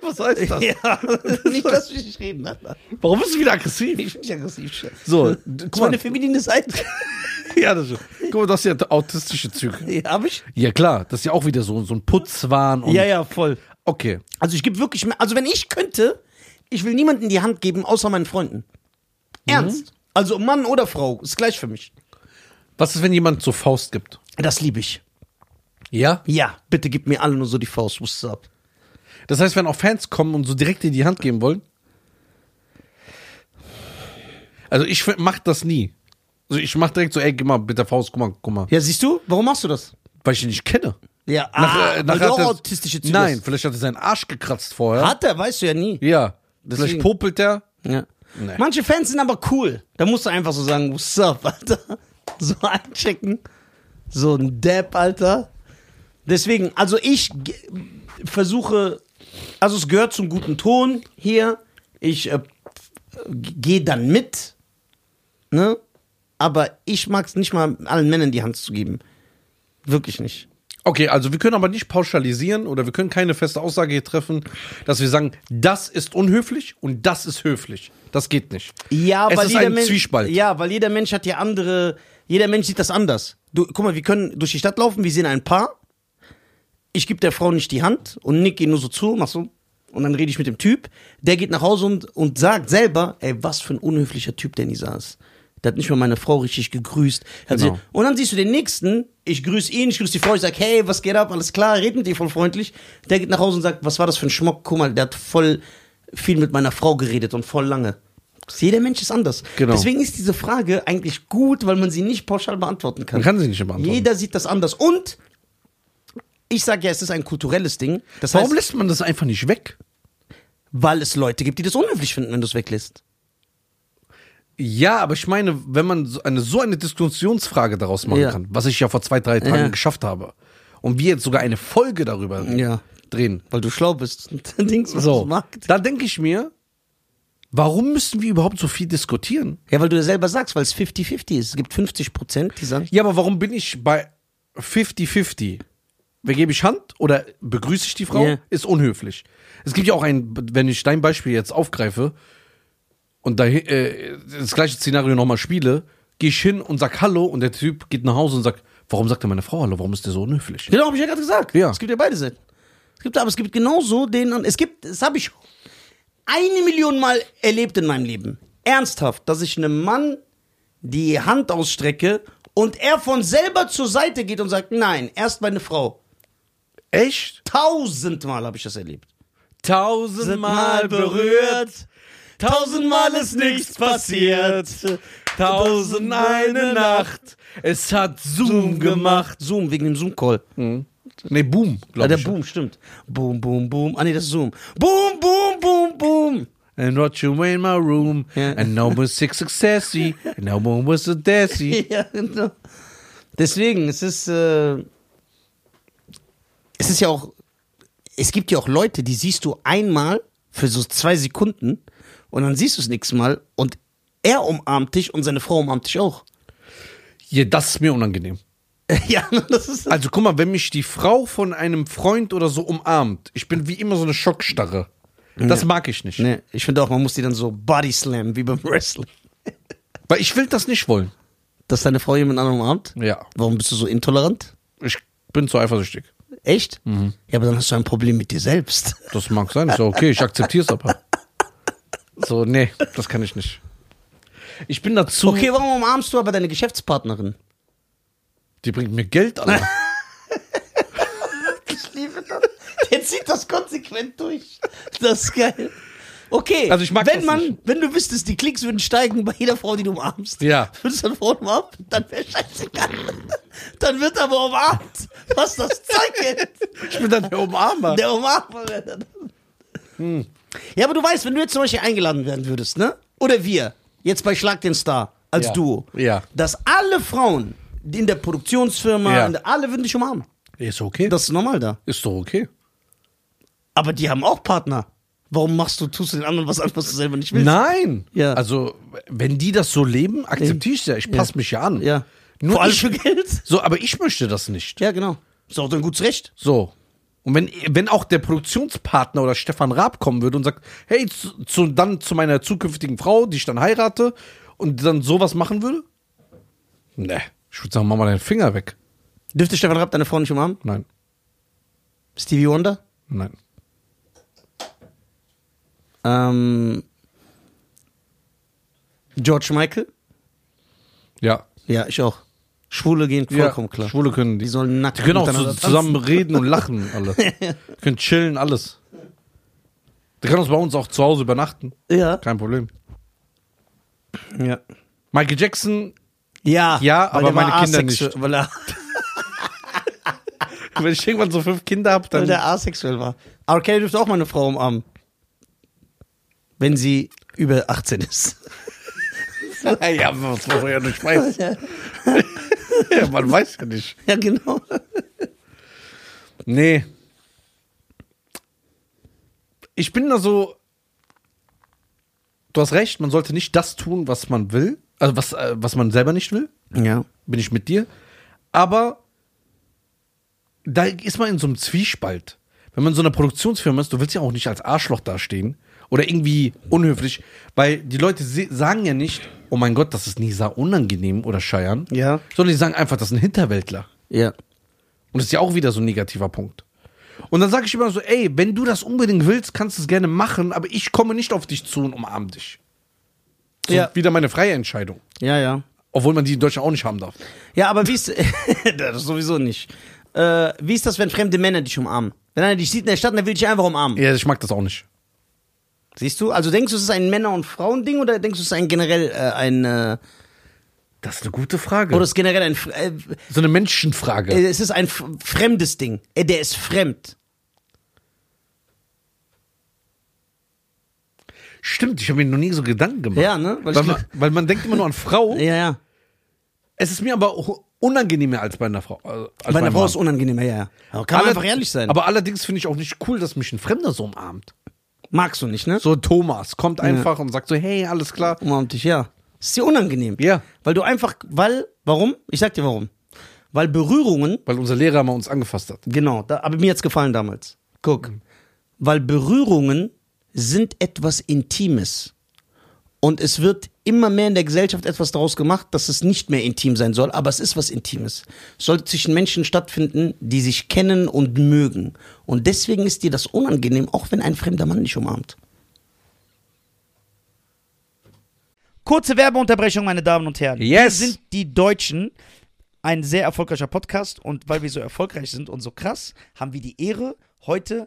S2: Was heißt
S1: ja, nicht, dass du nicht reden Alter.
S2: Warum bist du wieder aggressiv?
S1: Ich bin nicht aggressiv. (laughs)
S2: So,
S1: Das
S2: guck
S1: war eine
S2: mal.
S1: feminine Seite.
S2: Ja, das ist, guck mal, das sind ja autistische Züge.
S1: Ja, hab ich?
S2: Ja, klar, das ist ja auch wieder so, so ein Putzwahn. Und,
S1: ja, voll.
S2: Okay.
S1: Also ich gebe wirklich mehr. Also wenn ich könnte, ich will niemandem die Hand geben, außer meinen
S2: Mhm.
S1: Freunden. Ernst. Also Mann oder Frau, ist gleich für mich.
S2: Was ist, wenn jemand so Faust gibt?
S1: Das liebe ich.
S2: Ja?
S1: Ja, bitte gib mir alle nur so die Faust, wusst's ab.
S2: Das heißt, wenn auch Fans kommen und so direkt dir die Hand geben wollen? Also, ich f- mach das nie. Also, ich mach direkt so, ey, gib mal bitte Faust, guck mal, guck mal.
S1: Ja, siehst du, warum machst du das?
S2: Weil ich ihn nicht kenne.
S1: Ja,
S2: Nach-
S1: ah,
S2: äh,
S1: weil
S2: nachher
S1: du auch
S2: hat er-
S1: autistische Züge
S2: Nein,
S1: hast.
S2: vielleicht hat er seinen Arsch gekratzt vorher.
S1: Hat er, weißt du ja nie.
S2: Ja.
S1: Deswegen-
S2: Vielleicht popelt er.
S1: Ja. Manche Fans sind aber cool. Da musst du einfach so sagen, what's up, (laughs) Alter. So einchecken. So ein Depp, Alter. Deswegen, also ich ge- versuche, also es gehört zum guten Ton hier. Ich äh, gehe dann mit, ne? Aber ich mag es nicht mal allen Männern die Hand zu geben. Wirklich nicht.
S2: Okay, also wir können aber nicht pauschalisieren oder wir können keine feste Aussage hier treffen, dass wir sagen, das ist unhöflich und das ist höflich. Das geht nicht.
S1: Ja,
S2: es
S1: weil
S2: ist
S1: jeder
S2: ein
S1: Mensch,
S2: Zwiespalt.
S1: Ja, weil jeder Mensch hat ja andere, jeder Mensch sieht das anders. Du, guck mal, wir können durch die Stadt laufen, wir sehen ein Paar. Ich gebe der Frau nicht die Hand und nick ihr nur so zu, mach so. Und dann rede ich mit dem Typ. Der geht nach Hause und, und sagt selber, ey, was für ein unhöflicher Typ der Nisa ist. Der hat nicht mal meine Frau richtig gegrüßt. Hat
S2: Genau.
S1: sie- Und dann siehst du den Nächsten, ich grüße ihn, ich grüße die Frau, ich sag, hey, was geht ab, alles klar, red mit ihr voll freundlich. Der geht nach Hause und sagt, was war das für ein Schmuck, guck mal, der hat voll viel mit meiner Frau geredet und voll lange. Jeder Mensch ist anders.
S2: Genau.
S1: Deswegen ist diese Frage eigentlich gut, weil man sie nicht pauschal beantworten kann.
S2: Man kann sie nicht beantworten.
S1: Jeder sieht das anders. Und ich sage ja, es ist ein kulturelles Ding. Das
S2: Warum
S1: heißt,
S2: lässt man das einfach nicht weg?
S1: weil es Leute gibt, die das unhöflich finden, wenn du es weglässt.
S2: Ja, aber ich meine, wenn man so eine, so eine Diskussionsfrage daraus machen
S1: Ja.
S2: kann, was ich ja vor zwei, drei Tagen
S1: Ja.
S2: geschafft habe, und wir jetzt sogar eine Folge darüber
S1: Ja.
S2: drehen,
S1: Weil du schlau bist. (laughs) Dann denkst du, was
S2: so,
S1: du magst.
S2: dann denke ich mir, warum müssen wir überhaupt so viel diskutieren?
S1: Ja, weil du das selber sagst, weil es 50-50 ist. Es gibt 50 Prozent, die sagen,
S2: Ja, aber warum bin ich bei 50-50? Wer gebe ich Hand oder begrüße ich die Frau?
S1: Ja.
S2: Ist unhöflich. Es gibt ja auch ein, wenn ich dein Beispiel jetzt aufgreife und da, äh, das gleiche Szenario nochmal spiele, gehe ich hin und sag Hallo und der Typ geht nach Hause und sagt, warum sagt er meine Frau Hallo? Warum ist der so unhöflich?
S1: Genau, habe ich ja gerade gesagt.
S2: Ja.
S1: Es gibt ja beide Seiten. Es gibt, aber es gibt genauso den, es gibt, das habe ich eine Million Mal erlebt in meinem Leben. Ernsthaft, dass ich einem Mann die Hand ausstrecke und er von selber zur Seite geht und sagt, nein, erst meine Frau.
S2: Echt?
S1: Tausendmal habe ich das erlebt.
S2: Tausendmal berührt, tausendmal ist nichts passiert, tausend eine Nacht, es hat Zoom gemacht.
S1: Zoom, wegen dem Zoom-Call.
S2: Nee, Boom,
S1: Ah,
S2: glaube
S1: der
S2: Hm, ich.
S1: Boom, stimmt. Boom, boom, boom. Ah, nee, das ist Zoom. Boom, boom, boom, boom.
S2: And what you in my room,
S1: Ja.
S2: and no one's sick successy, and no one was a (laughs) desi.
S1: Ja, genau. Deswegen, es ist, äh, es ist ja auch, es gibt ja auch Leute, die siehst du einmal für so zwei Sekunden und dann siehst du es nächstes Mal und er umarmt dich und seine Frau umarmt dich auch.
S2: Ja, das ist mir unangenehm.
S1: (laughs) ja, das ist,
S2: Also guck mal, wenn mich die Frau von einem Freund oder so umarmt, ich bin wie immer so eine Schockstarre. Das mag ich nicht.
S1: nee, ich finde auch, man muss die dann so body slam wie beim Wrestling.
S2: Weil ich will das nicht wollen.
S1: Dass deine Frau jemand anderen umarmt?
S2: Ja.
S1: Warum bist du so intolerant?
S2: Ich bin zu eifersüchtig.
S1: Echt? Ja, aber dann hast du ein Problem mit dir selbst.
S2: Das mag sein. Ist ja okay, ich akzeptiere es aber. So, nee, das kann ich nicht. Ich bin
S1: (laughs)
S2: dazu.
S1: Okay, warum umarmst du aber deine Geschäftspartnerin?
S2: Die bringt mir Geld, Alter.
S1: Ich liebe das. Der zieht das konsequent durch. Das ist geil. Okay,
S2: Also ich mag
S1: wenn
S2: das
S1: man,
S2: nicht.
S1: wenn du wüsstest, die Klicks würden steigen bei jeder Frau, die du umarmst.
S2: Ja.
S1: Würdest du eine Frau umarmen, dann wäre scheißegal. Dann wird aber umarmt, was das zeigt.
S2: (laughs) Ich bin dann der Umarmer.
S1: Der Umarmer wäre dann. Ja, aber du weißt, wenn du jetzt zum Beispiel eingeladen werden würdest, ne? Oder wir, jetzt bei Schlag den Star, als
S2: Ja.
S1: Duo.
S2: Ja.
S1: Dass alle Frauen die in der Produktionsfirma,
S2: Ja.
S1: in der- alle würden dich umarmen.
S2: Ist okay.
S1: Das ist normal da.
S2: ist doch okay.
S1: Aber die haben auch Partner. Warum machst du, tust du den anderen was an, was du selber nicht willst?
S2: Nein.
S1: Ja.
S2: Also, wenn die das so leben, akzeptiere ich ja. Ich passe mich ja an.
S1: Ja.
S2: Nur
S1: Vor allem
S2: ich-
S1: für Geld.
S2: So, aber ich möchte das nicht.
S1: Ja, genau. Ist auch dein gutes Recht.
S2: So. Und wenn, wenn auch der Produktionspartner oder Stefan Raab kommen würde und sagt, hey, zu, zu, dann zu meiner zukünftigen Frau, die ich dann heirate, und dann sowas machen würde? Nee. Ich würde sagen, mach mal deinen Finger weg.
S1: Dürfte Stefan Raab deine Frau nicht umarmen?
S2: Nein,
S1: Stevie Wonder?
S2: nein.
S1: Ähm, George Michael?
S2: Ja.
S1: Ja, ich auch. Schwule gehen vollkommen klar.
S2: Schwule können die.
S1: Die sollen nackt
S2: Die können auch
S1: miteinander
S2: so
S1: tanzen.
S2: zusammen reden und lachen,
S1: (laughs)
S2: alle. Die können chillen, alles. Die können uns bei uns auch zu Hause übernachten.
S1: Ja.
S2: Kein Problem.
S1: Ja.
S2: Michael Jackson,
S1: Ja,
S2: Ja,
S1: weil
S2: aber
S1: der war
S2: meine Kinder
S1: asexuell-
S2: nicht.
S1: Weil er,
S2: wenn ich irgendwann so fünf Kinder habe,
S1: weil
S2: dann.
S1: der asexuell war. R. Kelly dürfte auch mal eine Frau umarmen. Wenn sie über 18 ist.
S2: (laughs) Ja, was man ja
S1: (laughs)
S2: nicht weiß. (laughs) ja, man weiß ja nicht.
S1: Ja, genau.
S2: Nee. Ich bin da so. Du hast recht, man sollte nicht das tun, was man will. Also, was, äh, was man selber nicht will.
S1: Ja.
S2: Bin ich mit dir. Aber da ist man in so einem Zwiespalt. Wenn man in so einer Produktionsfirma ist, du willst ja auch nicht als Arschloch dastehen. Oder irgendwie unhöflich. Weil die Leute se- sagen ja nicht, oh mein Gott, das ist Nisa unangenehm oder Scheiern.
S1: Ja.
S2: Sondern die sagen einfach, das ist ein Hinterwäldler.
S1: Ja.
S2: Und das ist ja auch wieder so ein negativer Punkt. Und dann sage ich immer so, ey, wenn du das unbedingt willst, kannst du es gerne machen, aber ich komme nicht auf dich zu und umarme dich. So
S1: Ja.
S2: wieder meine freie Entscheidung.
S1: Ja, ja.
S2: Obwohl man die in Deutschland auch nicht haben darf.
S1: Ja, aber wie ist. (laughs) das sowieso nicht. Äh, wie ist das, wenn fremde Männer dich umarmen? Wenn einer dich sieht in der Stadt, dann will dich einfach umarmen.
S2: Ja, ich mag das auch nicht.
S1: Siehst du? Also denkst du, es ist ein Männer- und Frauending oder denkst du, es ist ein generell äh, ein. Äh,
S2: Das ist eine gute Frage.
S1: oder es ist generell ein. fr- Äh,
S2: so eine Menschenfrage.
S1: äh, es ist ein f- fremdes Ding. Äh, der ist fremd.
S2: Stimmt, ich habe mir noch nie so Gedanken gemacht.
S1: Ja, ne? Weil
S2: Weil,
S1: ich-
S2: man, weil man denkt immer nur an Frau.
S1: Ja, ja.
S2: Es ist mir aber auch unangenehmer als bei einer Frau. Also als
S1: Bei einer Frau
S2: Mann.
S1: ist unangenehmer, ja, ja. Aber kann man
S2: Allerd-
S1: einfach ehrlich sein.
S2: Aber allerdings finde ich auch nicht cool, dass mich ein Fremder so umarmt.
S1: Magst du nicht, ne?
S2: So Thomas kommt einfach und sagt so, hey, alles klar.
S1: umarmt dich, ja. Ist dir unangenehm.
S2: Ja.
S1: Weil du einfach. Weil. Warum? Ich sag dir warum. Weil Berührungen
S2: Weil unser Lehrer mal uns angefasst hat.
S1: Genau, da, aber mir hat's gefallen damals. Guck, weil Berührungen sind etwas Intimes. Und es wird immer mehr in der Gesellschaft etwas daraus gemacht, dass es nicht mehr intim sein soll, aber es ist was Intimes. Es soll zwischen Menschen stattfinden, die sich kennen und mögen. Und deswegen ist dir das unangenehm, auch wenn ein fremder Mann dich umarmt.
S3: Kurze Werbeunterbrechung, meine Damen und Herren.
S2: Yes.
S3: Wir sind die Deutschen. Ein sehr erfolgreicher Podcast und weil wir so erfolgreich sind und so krass, haben wir die Ehre, heute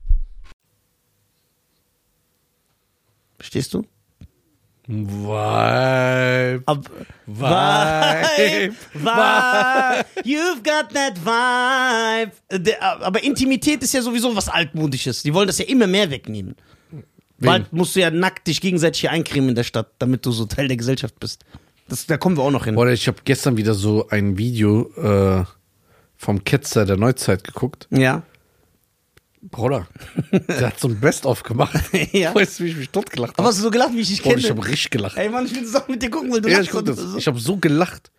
S1: Verstehst du?
S2: Vibe.
S1: Ab
S2: (laughs) Vibe.
S1: Vibe. You've got that vibe. Äh, der- Aber Intimität ist ja sowieso was Altmodisches. Die wollen das ja immer mehr wegnehmen. Bald musst du ja nackt dich gegenseitig hier eincremen in der Stadt, damit du so Teil der Gesellschaft bist. Das, da kommen wir auch noch hin.
S2: Oder ich habe gestern wieder so ein Video äh, vom Ketzer der Neuzeit geguckt.
S1: Ja. (laughs)
S2: Bruder, der hat so ein Best-of gemacht.
S1: Ja.
S2: Weißt du, wie ich mich totgelacht
S1: Aber
S2: habe?
S1: hast du so gelacht, wie ich dich
S2: Bruder,
S1: kenne?
S2: ich habe richtig gelacht.
S1: Ey Mann, ich will das auch mit dir gucken, weil du
S2: Ja, ich,
S1: lachst
S2: guck
S1: und-
S2: das. ich habe so gelacht.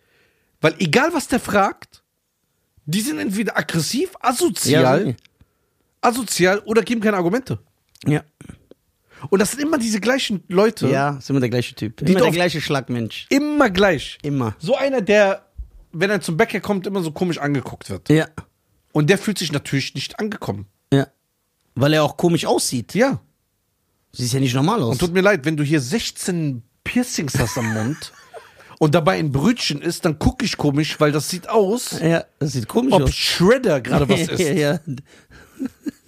S2: Weil egal, was der fragt, die sind entweder aggressiv, asozial,
S1: Ja,
S2: asozial oder geben keine Argumente.
S1: ja.
S2: Und das sind immer diese gleichen Leute.
S1: ja, ist immer der gleiche Typ. Immer der
S2: doch-
S1: gleiche Schlagmensch.
S2: Immer gleich.
S1: Immer.
S2: So einer, der, wenn er zum Bäcker kommt, immer so komisch angeguckt wird.
S1: Ja.
S2: Und der fühlt sich natürlich nicht angekommen.
S1: Ja. Weil er auch komisch aussieht.
S2: Ja.
S1: Sieht ja nicht normal aus.
S2: Und tut mir leid, wenn du hier 16 Piercings hast am Mund
S1: (laughs)
S2: und dabei ein Brötchen isst, dann gucke ich komisch, weil das sieht aus,
S1: ja, das sieht komisch
S2: ob
S1: aus.
S2: Shredder gerade was
S1: (laughs) ja,
S2: isst.
S1: ja.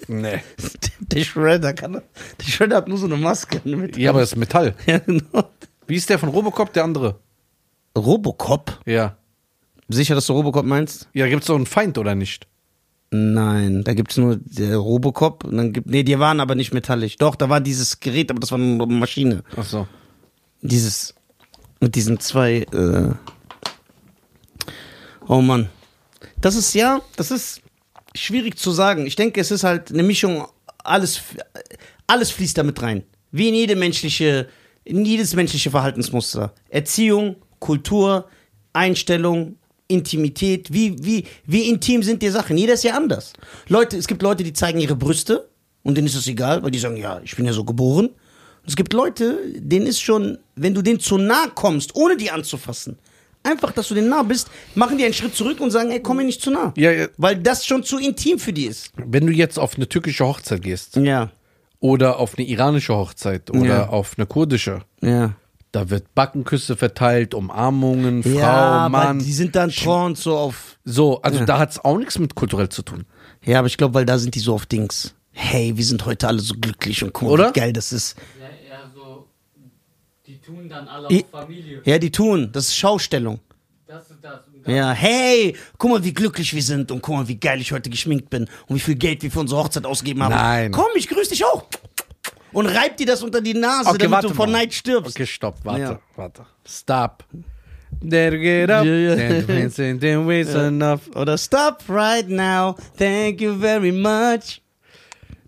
S2: nee.
S1: (laughs) Der Shredder kann. Der Shredder hat nur so eine Maske. Mit.
S2: Ja, aber das ist Metall.
S1: (laughs) Ja, genau.
S2: Wie ist der von Robocop, der andere?
S1: Robocop?
S2: Ja.
S1: Sicher, dass du Robocop meinst?
S2: Ja, gibt's doch einen Feind, oder nicht?
S1: Nein, da gibt's nur der Robocop. Und dann gibt, nee, die waren aber nicht metallisch. Doch, da war dieses Gerät, aber das war eine Maschine.
S2: Ach so.
S1: Dieses. Mit diesen zwei. Äh oh Mann. Das ist ja, das ist schwierig zu sagen. Ich denke, es ist halt eine Mischung, alles, alles fließt damit rein. Wie in jede menschliche, in jedes menschliche Verhaltensmuster. Erziehung, Kultur, Einstellung, Intimität. Wie, wie, wie intim sind die Sachen? Jeder ist ja anders. Leute, es gibt Leute, die zeigen ihre Brüste und denen ist es egal, weil die sagen, ja, ich bin ja so geboren. Und es gibt Leute, denen ist schon, wenn du denen zu nah kommst, ohne die anzufassen, einfach, dass du denen nah bist, machen die einen Schritt zurück und sagen, ey, komm mir nicht zu nah.
S2: Ja, ja.
S1: Weil das schon zu intim für die ist.
S2: Wenn du jetzt auf eine türkische Hochzeit gehst
S1: Ja,
S2: oder auf eine iranische Hochzeit oder
S1: Ja.
S2: auf eine kurdische,
S1: ja.
S2: da wird Backenküsse verteilt, Umarmungen, Frau,
S1: ja,
S2: Mann.
S1: aber die sind dann schon so auf.
S2: so, also da hat's auch nichts mit kulturell zu tun.
S1: Ja, aber ich glaube, weil da sind die so auf Dings. Hey, wir sind heute alle so glücklich und guck mal,
S2: Oder?
S1: wie geil das ist.
S4: Ja, ja, so. Die tun dann alle
S1: I-
S4: auf Familie.
S1: Ja, die tun. Das ist Schaustellung.
S4: Das und das. Und das.
S1: Ja, hey, guck mal, wie glücklich wir sind und guck mal, wie geil ich heute geschminkt bin und wie viel Geld wir für unsere Hochzeit ausgegeben haben.
S2: Nein.
S1: Komm, ich grüße dich auch. und reibt dir das unter die Nase,
S2: Okay,
S1: damit
S2: warte
S1: du vor
S2: mal.
S1: Neid stirbst.
S2: Okay, stopp, warte,
S1: Ja.
S2: warte. Stop. There get up.
S1: Ja, ja.
S2: Then it's in the ways enough.
S1: Oder stop right now, thank you very much.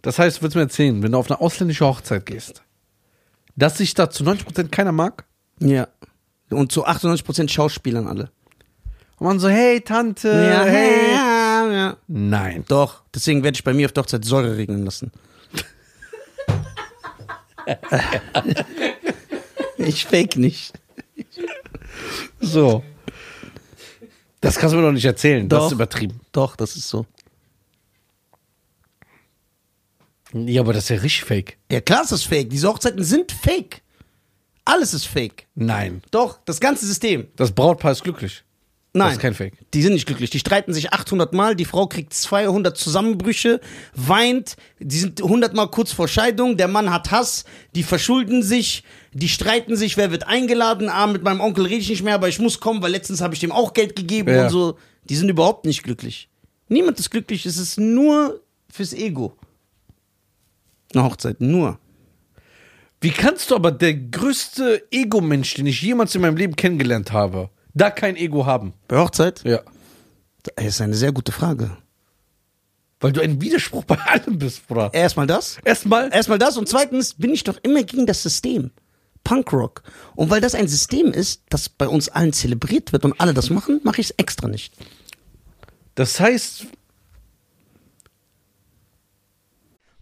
S2: Das heißt, du willst mir erzählen, wenn du auf eine ausländische Hochzeit gehst, dass sich da zu 90% keiner mag?
S1: Ja. Und zu 98% Schauspielern alle.
S2: Und man so, hey, Tante, Äh, hey.
S1: ja, ja.
S2: Nein.
S1: Doch, deswegen werde ich bei mir auf der Hochzeit Säure regeln
S2: (laughs)
S1: lassen. (laughs) ich fake nicht.
S2: So. Das kannst du mir doch nicht erzählen. Das
S1: Doch.
S2: ist übertrieben.
S1: Doch, das ist so.
S2: Ja, aber das ist ja richtig fake.
S1: Ja, klar ist das fake. Diese Hochzeiten sind fake. Alles ist fake.
S2: Nein.
S1: Doch, das ganze System.
S2: Das Brautpaar ist glücklich.
S1: Nein.
S2: Das ist kein Fake.
S1: Die sind nicht glücklich. Die streiten sich 800 Mal, die Frau kriegt 200 Zusammenbrüche, weint, die sind 100 Mal kurz vor Scheidung, der Mann hat Hass, die verschulden sich, die streiten sich, wer wird eingeladen, ah, mit meinem Onkel rede ich nicht mehr, aber ich muss kommen, weil letztens habe ich dem auch Geld gegeben
S2: Ja.
S1: und so. Die sind überhaupt nicht glücklich. Niemand ist glücklich, es ist nur fürs Ego. Eine Hochzeit, nur.
S2: Wie kannst du aber der größte Ego-Mensch, den ich jemals in meinem Leben kennengelernt habe, da kein Ego haben?
S1: Bei Hochzeit?
S2: Ja.
S1: Das ist eine sehr gute Frage.
S2: Weil du ein Widerspruch bei allem bist, Bruder.
S1: Erstmal das.
S2: Erstmal,
S1: Erstmal das und zweitens bin ich doch immer gegen das System. Punkrock. Und weil das ein System ist, das bei uns allen zelebriert wird und alle das machen, mache ich es extra nicht.
S2: das heißt,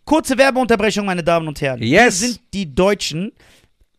S3: Kurze Werbeunterbrechung, meine Damen und Herren.
S2: Yes.
S3: Wir sind die Deutschen.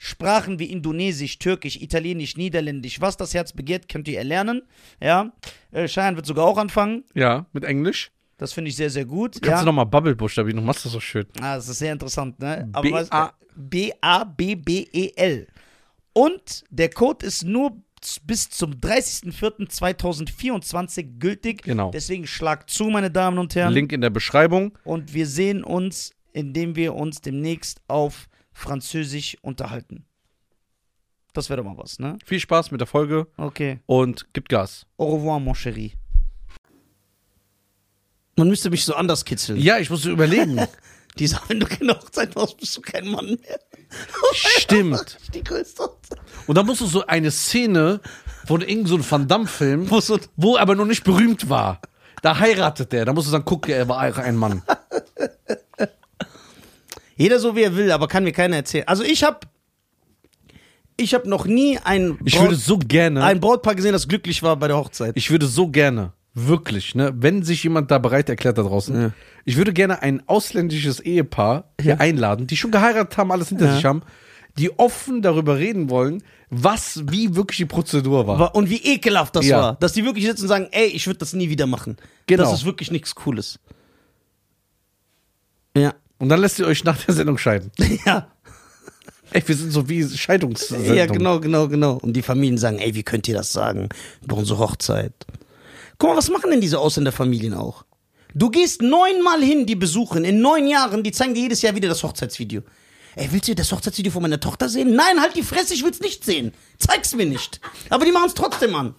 S3: Sprachen wie Indonesisch, Türkisch, Italienisch, Niederländisch, was das Herz begehrt, könnt ihr erlernen. Ja, äh, Schein wird sogar auch anfangen.
S2: Ja, mit Englisch.
S3: Das finde ich sehr, sehr gut.
S2: Kannst
S3: ja.
S2: du nochmal Bubble buchstabieren, du machst das so schön.
S3: Ah, das ist sehr interessant, ne?
S2: B-
S3: weißt du,
S2: A-
S3: B-A-B-B-E-L. E Und der Code ist nur z- bis zum 30.04.2024 gültig.
S2: Genau.
S3: Deswegen schlag zu, meine Damen und Herren.
S2: Link in der Beschreibung.
S3: Und wir sehen uns, indem wir uns demnächst auf Französisch unterhalten. Das wäre doch mal was, ne?
S2: Viel Spaß mit der Folge
S3: Okay.
S2: und gib Gas.
S3: Au revoir, mon chéri.
S1: Man müsste mich so anders kitzeln.
S2: Ja, ich muss (laughs) überlegen.
S1: Die sagen, wenn du keine Hochzeit machst, bist du kein Mann mehr.
S2: Stimmt.
S1: Das ist (laughs) Die größte Hochzeit.
S2: Und dann musst du so eine Szene von irgendeinem so einem Van Damme-Film,
S1: Wo so-
S2: wo aber noch nicht berühmt war. Da heiratet der. Da musst du sagen, guck, er war ein Mann.
S1: Jeder so wie er will, aber kann mir keiner erzählen. Also ich habe ich habe noch nie ein
S2: Ich
S1: Braut-
S2: würde so gerne,
S1: ein Brautpaar gesehen, das glücklich war bei der Hochzeit.
S2: ich würde so gerne, wirklich, ne, wenn sich jemand da bereit erklärt da draußen,
S1: Ja.
S2: ich würde gerne ein ausländisches Ehepaar hier einladen, die schon geheiratet haben, alles hinter
S1: Ja.
S2: sich haben, die offen darüber reden wollen, was, wie wirklich die Prozedur war.
S1: Wa- Und wie ekelhaft das
S2: Ja.
S1: war. Dass die wirklich sitzen und sagen, ey, ich würde das nie wieder machen.
S2: Genau.
S1: Das ist wirklich nichts Cooles. Ja. (laughs)
S2: Und dann lässt ihr euch nach der Sendung scheiden.
S1: Ja.
S2: Ey, wir sind so wie Scheidungssendung.
S1: Ja, genau, genau, genau. Und die Familien sagen, ey, wie könnt ihr das sagen? Über unsere Hochzeit. Guck mal, was machen denn diese Ausländerfamilien auch? Du gehst neunmal hin, die besuchen, in neun Jahren, die zeigen dir jedes Jahr wieder das Hochzeitsvideo. Ey, willst du das Hochzeitsvideo von meiner Tochter sehen? Nein, halt die Fresse, ich will's nicht sehen. Zeig's mir nicht. Aber die machen's trotzdem an.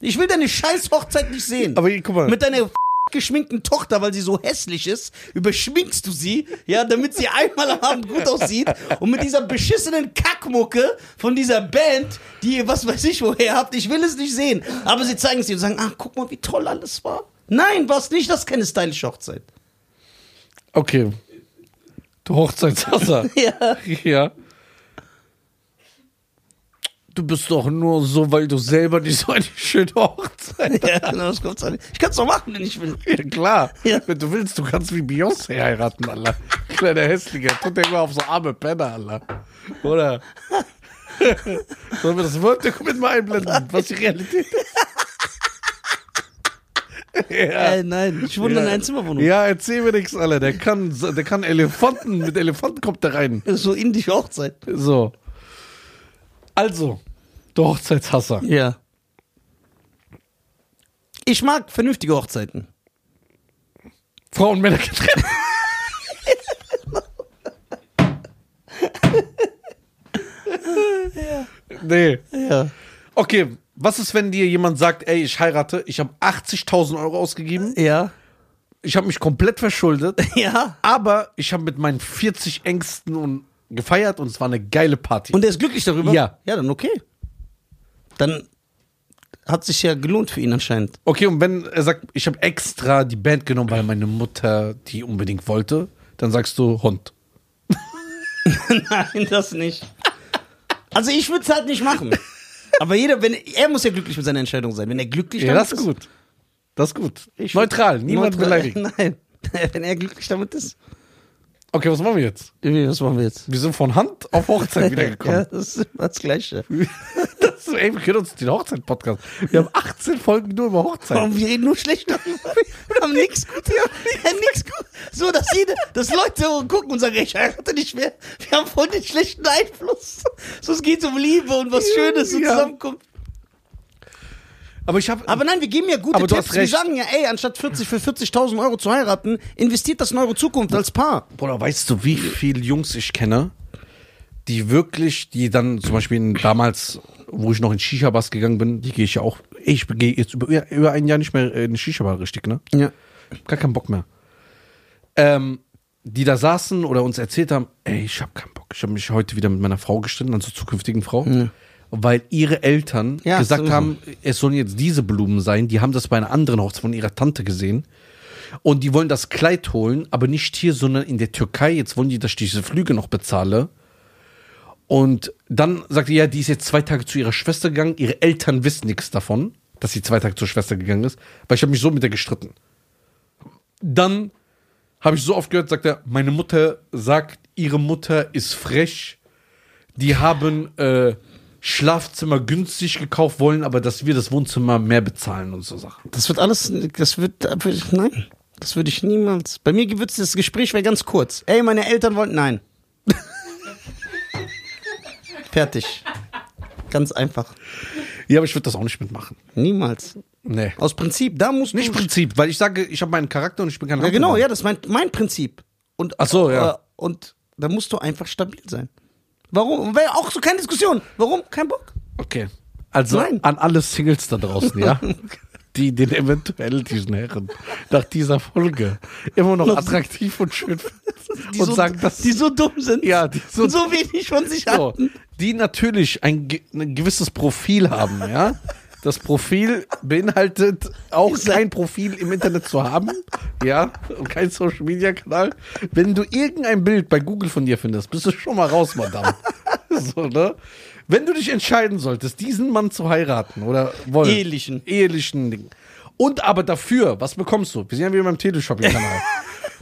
S1: Ich will deine scheiß Hochzeit nicht sehen.
S2: Aber guck mal.
S1: Mit deiner abgeschminkten Tochter, weil sie so hässlich ist, überschminkst du sie, ja, damit sie einmal am Abend gut aussieht. Und mit dieser beschissenen Kackmucke von dieser Band, die ihr was weiß ich woher habt, ich will es nicht sehen. Aber sie zeigen es dir und sagen, ach, guck mal, wie toll alles war. Nein, war es nicht, das ist keine stylische Hochzeit.
S2: Okay. Du Hochzeitshasser.
S1: Ja.
S2: (laughs) ja. Du bist doch nur so, weil du selber nicht so eine schöne Hochzeit
S1: (laughs)
S2: (laughs)
S1: ja genau, das kommt's an. Ich kann es doch machen, wenn ich will.
S2: Ja, klar.
S1: Ja.
S2: Wenn du willst, du kannst wie Beyoncé heiraten, Alter. Kleiner Hässlicher. Tut dir mal auf so arme Penner, Alter.
S1: (laughs)
S2: Oder? Sollen wir das Word-Dokument mal einblenden, was die
S1: (laughs)
S2: Realität ist? ja.
S1: Äh, nein, ich wohne in einer Einzimmerwohnung.
S2: Ja, erzähl mir nichts, Alter. Der kann, der kann Elefanten, mit Elefanten kommt der rein.
S1: Das ist So indische Hochzeit.
S2: So. Also, du Hochzeitshasser.
S1: Ja. Ich mag vernünftige Hochzeiten.
S2: Frauen und Männer getrennt. (laughs) Nee.
S1: Ja.
S2: Okay, was ist, wenn dir jemand sagt, ey, ich heirate, ich habe 80.000 Euro ausgegeben,
S1: Ja.
S2: ich habe mich komplett verschuldet,
S1: Ja.
S2: aber ich habe mit meinen 40 Ängsten und gefeiert und es war eine geile Party.
S1: Und er ist glücklich darüber?
S2: Ja.
S1: Ja, dann okay. Dann hat sich ja gelohnt für ihn anscheinend.
S2: okay, und wenn er sagt, ich habe extra die Band genommen, weil meine Mutter die unbedingt wollte, dann sagst du Hund.
S1: (laughs) Nein, das nicht. Also ich würde es halt nicht (laughs) machen. Aber jeder, wenn er muss ja glücklich mit seiner Entscheidung sein. Wenn er glücklich
S2: Ja,
S1: damit
S2: das ist gut. Das ist gut.
S1: Ich würd-
S2: neutral, niemand
S1: Neutral-
S2: beleidigt.
S1: (laughs) Nein. Wenn er glücklich damit ist.
S2: Okay, was machen wir jetzt?
S1: Wie, Was machen wir jetzt?
S2: Wir sind von Hand auf
S1: (laughs)
S2: Hochzeit
S1: Ja,
S2: (laughs) wiedergekommen.
S1: das ist immer das Gleiche.
S2: (laughs) Das ist, ey, wir können uns den Hochzeit-Podcast. Wir haben 18 Folgen nur über Hochzeit.
S1: Warum wir reden nur schlecht darüber? Wir haben nichts Gutes. Ja, nix gut. So, dass jede, dass Leute gucken und sagen, ich heirate nicht mehr. Wir haben voll den schlechten Einfluss. So, es geht um Liebe und was Schönes und
S2: Ja.
S1: Zusammenkunft.
S2: Aber ich habe.
S1: Aber nein, wir geben ja gute
S2: Aber du
S1: Tipps.
S2: hast
S1: Wir
S2: recht.
S1: sagen ja, ey, anstatt 40 für 40.000 Euro zu heiraten, investiert das in eure Zukunft als Paar.
S2: Bruder, weißt du, wie viele Jungs ich kenne, die wirklich, die dann zum Beispiel in, damals, wo ich noch in Shisha-Bars gegangen bin, die gehe ich ja auch. Ich gehe jetzt über, über ein Jahr nicht mehr in eine Shisha-Bar richtig, ne?
S1: Ja.
S2: hab gar keinen Bock mehr. Ähm, die da saßen oder uns erzählt haben, ey, ich hab keinen Bock. Ich habe mich heute wieder mit meiner Frau gestritten, also zukünftigen Frau, weil ihre Eltern
S1: Ja,
S2: gesagt
S1: sowieso.
S2: haben, es sollen jetzt diese Blumen sein. Die haben das bei einer anderen Hochzeit von ihrer Tante gesehen. Und die wollen das Kleid holen, aber nicht hier, sondern in der Türkei. Jetzt wollen die, dass ich diese Flüge noch bezahle. Und dann sagte ja, die ist jetzt zwei Tage zu ihrer Schwester gegangen. Ihre Eltern wissen nichts davon, dass sie zwei Tage zur Schwester gegangen ist, weil ich habe mich so mit der gestritten. Dann habe ich so oft gehört, sagt er, meine Mutter sagt, ihre Mutter ist frech. Die haben äh, Schlafzimmer günstig gekauft, wollen aber, dass wir das Wohnzimmer mehr bezahlen und so Sachen.
S1: Das wird alles, das wird, das würde ich- nein. Das würde ich niemals. Bei mir wird das Gespräch wäre ganz kurz. Ey, meine Eltern wollten, nein. (laughs) Fertig. Ganz einfach.
S2: Ja, aber ich würde das auch nicht mitmachen.
S1: Niemals.
S2: Nee.
S1: Aus Prinzip, da musst
S2: Nicht
S1: du.
S2: Prinzip, weil ich sage, ich habe meinen Charakter und ich bin kein
S1: Ja,
S2: Hampelmann.
S1: genau, ja, das ist mein, mein Prinzip. Und,
S2: Ach so, ja.
S1: äh, Und da musst du einfach stabil sein. Warum? Wäre auch so keine Diskussion. Warum? Kein Bock.
S2: Okay. Also
S1: Nein.
S2: an alle Singles da
S1: (laughs)
S2: draußen, ja? Die den eventuell diesen Herren nach dieser Folge immer noch attraktiv und schön finden.
S1: (laughs) Die
S2: Und
S1: so,
S2: sagen, dass
S1: die so dumm sind.
S2: Ja, die so-
S1: und so wenig von sich
S2: so,
S1: halten.
S2: Genau. die natürlich ein, ge- ein gewisses Profil haben, ja. Das Profil beinhaltet auch
S1: Ist-
S2: kein Profil im Internet zu haben, ja, und kein Social Media Kanal. Wenn du irgendein Bild bei Google von dir findest, bist du schon mal raus, Madame. (laughs) So, ne? Wenn du dich entscheiden solltest, diesen Mann zu heiraten oder wollen.
S1: Ehelichen.
S2: Ehelichen Ding. Und aber dafür, was bekommst du? Wir sind ja wieder beim Teleshopping-Kanal.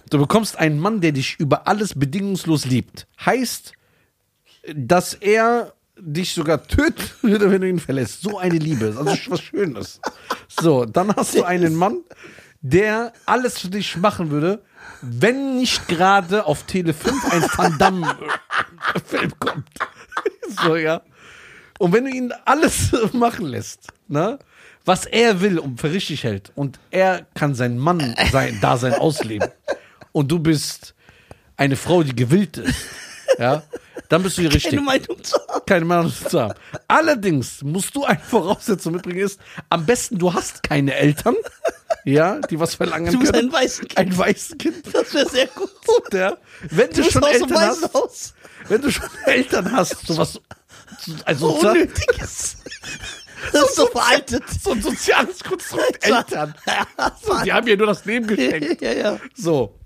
S2: du bekommst einen Mann, der dich über alles bedingungslos liebt. Heißt, dass er dich sogar tötet, (laughs) wenn du ihn verlässt. So eine Liebe. ist Also was Schönes. So, dann hast du einen Mann, der alles für dich machen würde, wenn nicht gerade auf Tele 5 ein Van Damme-Film kommt. So, ja. Und wenn du ihn alles (laughs) machen lässt, ne, was er will und für richtig hält, und er kann sein Mann sein Dasein ausleben, und du bist eine Frau, die gewillt ist, ja, dann bist du hier richtig.
S1: Keine Meinung zu haben.
S2: Keine Meinung zu haben. Allerdings musst du eine Voraussetzung mitbringen, ist, am besten du hast keine Eltern, ja, die was verlangen
S1: Du bist
S2: können.
S1: ein Waisenkind.
S2: Ein Waisenkind.
S1: Das wäre sehr gut.
S2: Ja. Wenn du,
S1: Du bist
S2: schon
S1: aus dem
S2: Eltern hast,
S1: Waisenhaus.
S2: wenn du schon Eltern hast, sowas, also
S1: So
S2: sozusagen- (laughs)
S1: Unnötiges. Das ist so veraltet.
S2: so ein soziales (laughs) Konstrukt Eltern.
S1: (laughs) Ja,
S2: Die haben ja nur das Leben geschenkt.
S1: ja, ja.
S2: So.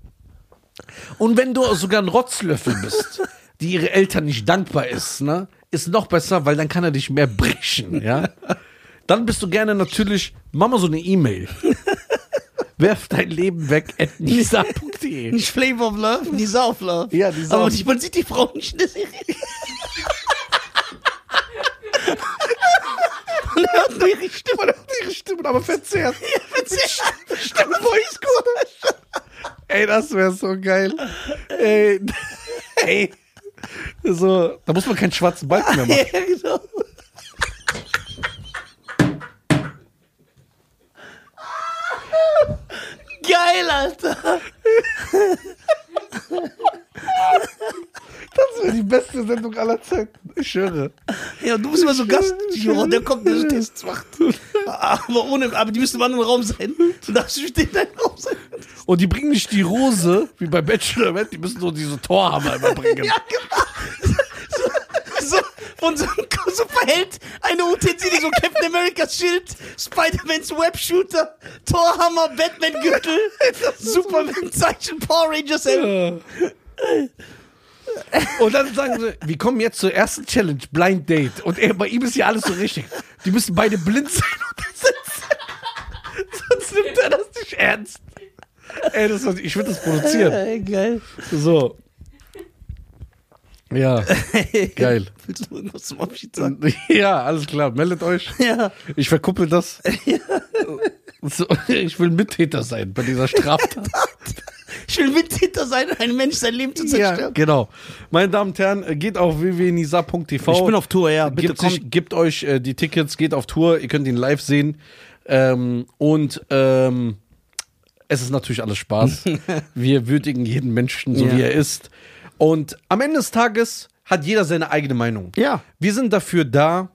S2: Und wenn du sogar ein Rotzlöffel bist, die ihre Eltern nicht dankbar ist, ne, ist noch besser, weil dann kann er dich mehr brechen, ja. Dann bist du gerne natürlich, mach mal so eine E-Mail. Werf dein Leben weg at nisa.de. (laughs)
S1: Nicht Flavor of Love, die Sau of Love.
S2: Ja, die Sau.
S1: Aber die, man sieht die Frau nicht in der Serie. (laughs) Man hört nur ihre Stimme. Man hört
S2: Ihre Stimmen aber verzerrt.
S1: Stimme.
S2: Stimme Voice Code. Ey, das wäre so geil. Ey. Ey. So, da muss man keinen schwarzen Balken mehr machen.
S1: Ja, genau. Geil, Alter.
S2: Das wäre (laughs) die beste Sendung aller Zeiten. Ich schwöre.
S1: Ja, du bist immer so Gast.
S2: (laughs) schön.
S1: Der kommt, der so Tests
S2: (laughs)
S1: macht. Aber, ohne, aber die müssen im anderen Raum sein. Du darfst nicht in deinem Raum sein.
S2: Und die bringen nicht die Rose, wie bei Bachelorette, die müssen nur diese Torhammer immer (laughs) bringen.
S1: Ja, genau. So, so, von so einem Superheld eine Utensilie, so Captain America's Schild, Spider-Mans Webshooter, Torhammer, Batman-Gürtel, Superman-Zeichen, Power Rangers Helm.
S2: Und dann sagen sie, wir kommen jetzt zur ersten Challenge, Blind Date. Und er, bei ihm ist ja alles so richtig. Die müssen beide blind sein und das sitzen. Sonst nimmt er das nicht ernst. Ey, das, ich würde das produzieren.
S1: Äh,
S2: (laughs)
S1: geil.
S2: So. Ja, geil.
S1: Willst du irgendwas zum Abschied sagen?
S2: Ja, alles klar, meldet euch.
S1: Ja.
S2: Ich verkuppel das. So, ich will Mittäter sein bei dieser Straftat.
S1: Ich will mit hinter sein, ein Mensch sein Leben zu
S2: ja,
S1: zerstören.
S2: genau. Meine Damen und Herren, geht auf www.nisa.tv.
S1: Tour, ja.
S2: Gibt, sich, gibt euch äh, die Tickets, geht auf Tour, ihr könnt ihn live sehen. Ähm, und ähm, es ist natürlich
S1: (laughs)
S2: alles Spaß. Wir würdigen jeden Menschen, so
S1: Ja.
S2: wie er ist. Und am Ende des Tages hat jeder seine eigene Meinung.
S1: Ja.
S2: Wir sind dafür da,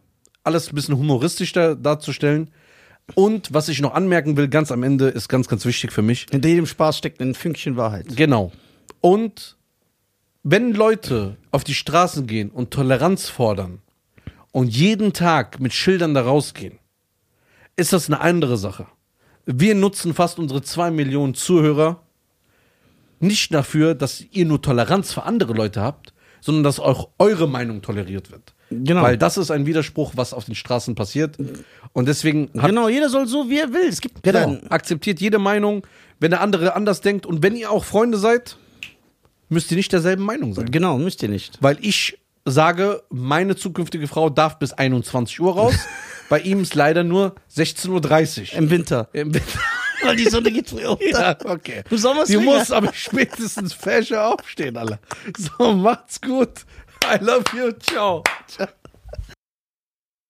S2: alles ein bisschen humoristisch da, darzustellen. Und was ich noch anmerken will, ganz am Ende, ist ganz, ganz wichtig für mich.
S1: Hinter jedem Spaß steckt ein Fünkchen Wahrheit.
S2: Genau. Und wenn Leute auf die Straßen gehen und Toleranz fordern und jeden Tag mit Schildern da rausgehen, ist das eine andere Sache. Wir nutzen fast unsere zwei Millionen Zuhörer nicht dafür, dass ihr nur Toleranz für andere Leute habt, sondern dass auch eure Meinung toleriert wird.
S1: Genau.
S2: Weil das ist ein Widerspruch, was auf den Straßen passiert. Und deswegen hat
S1: Genau, jeder soll so, wie er will. Es gibt
S2: Genau. Akzeptiert jede Meinung, wenn der andere anders denkt. Und wenn ihr auch Freunde seid, müsst ihr nicht derselben Meinung sein.
S1: Genau, müsst ihr nicht.
S2: Weil ich sage, meine zukünftige Frau darf bis 21 Uhr
S1: (laughs)
S2: raus. Bei ihm ist leider nur 16.30 Uhr.
S1: Im Winter.
S2: Im
S1: Weil die Sonne geht früh unter.
S2: ja, (laughs) okay.
S1: Im Sommer ist
S2: Die
S1: länger.
S2: muss aber spätestens fäscher aufstehen, alle. So, macht's gut. I love you. Ciao. Ciao.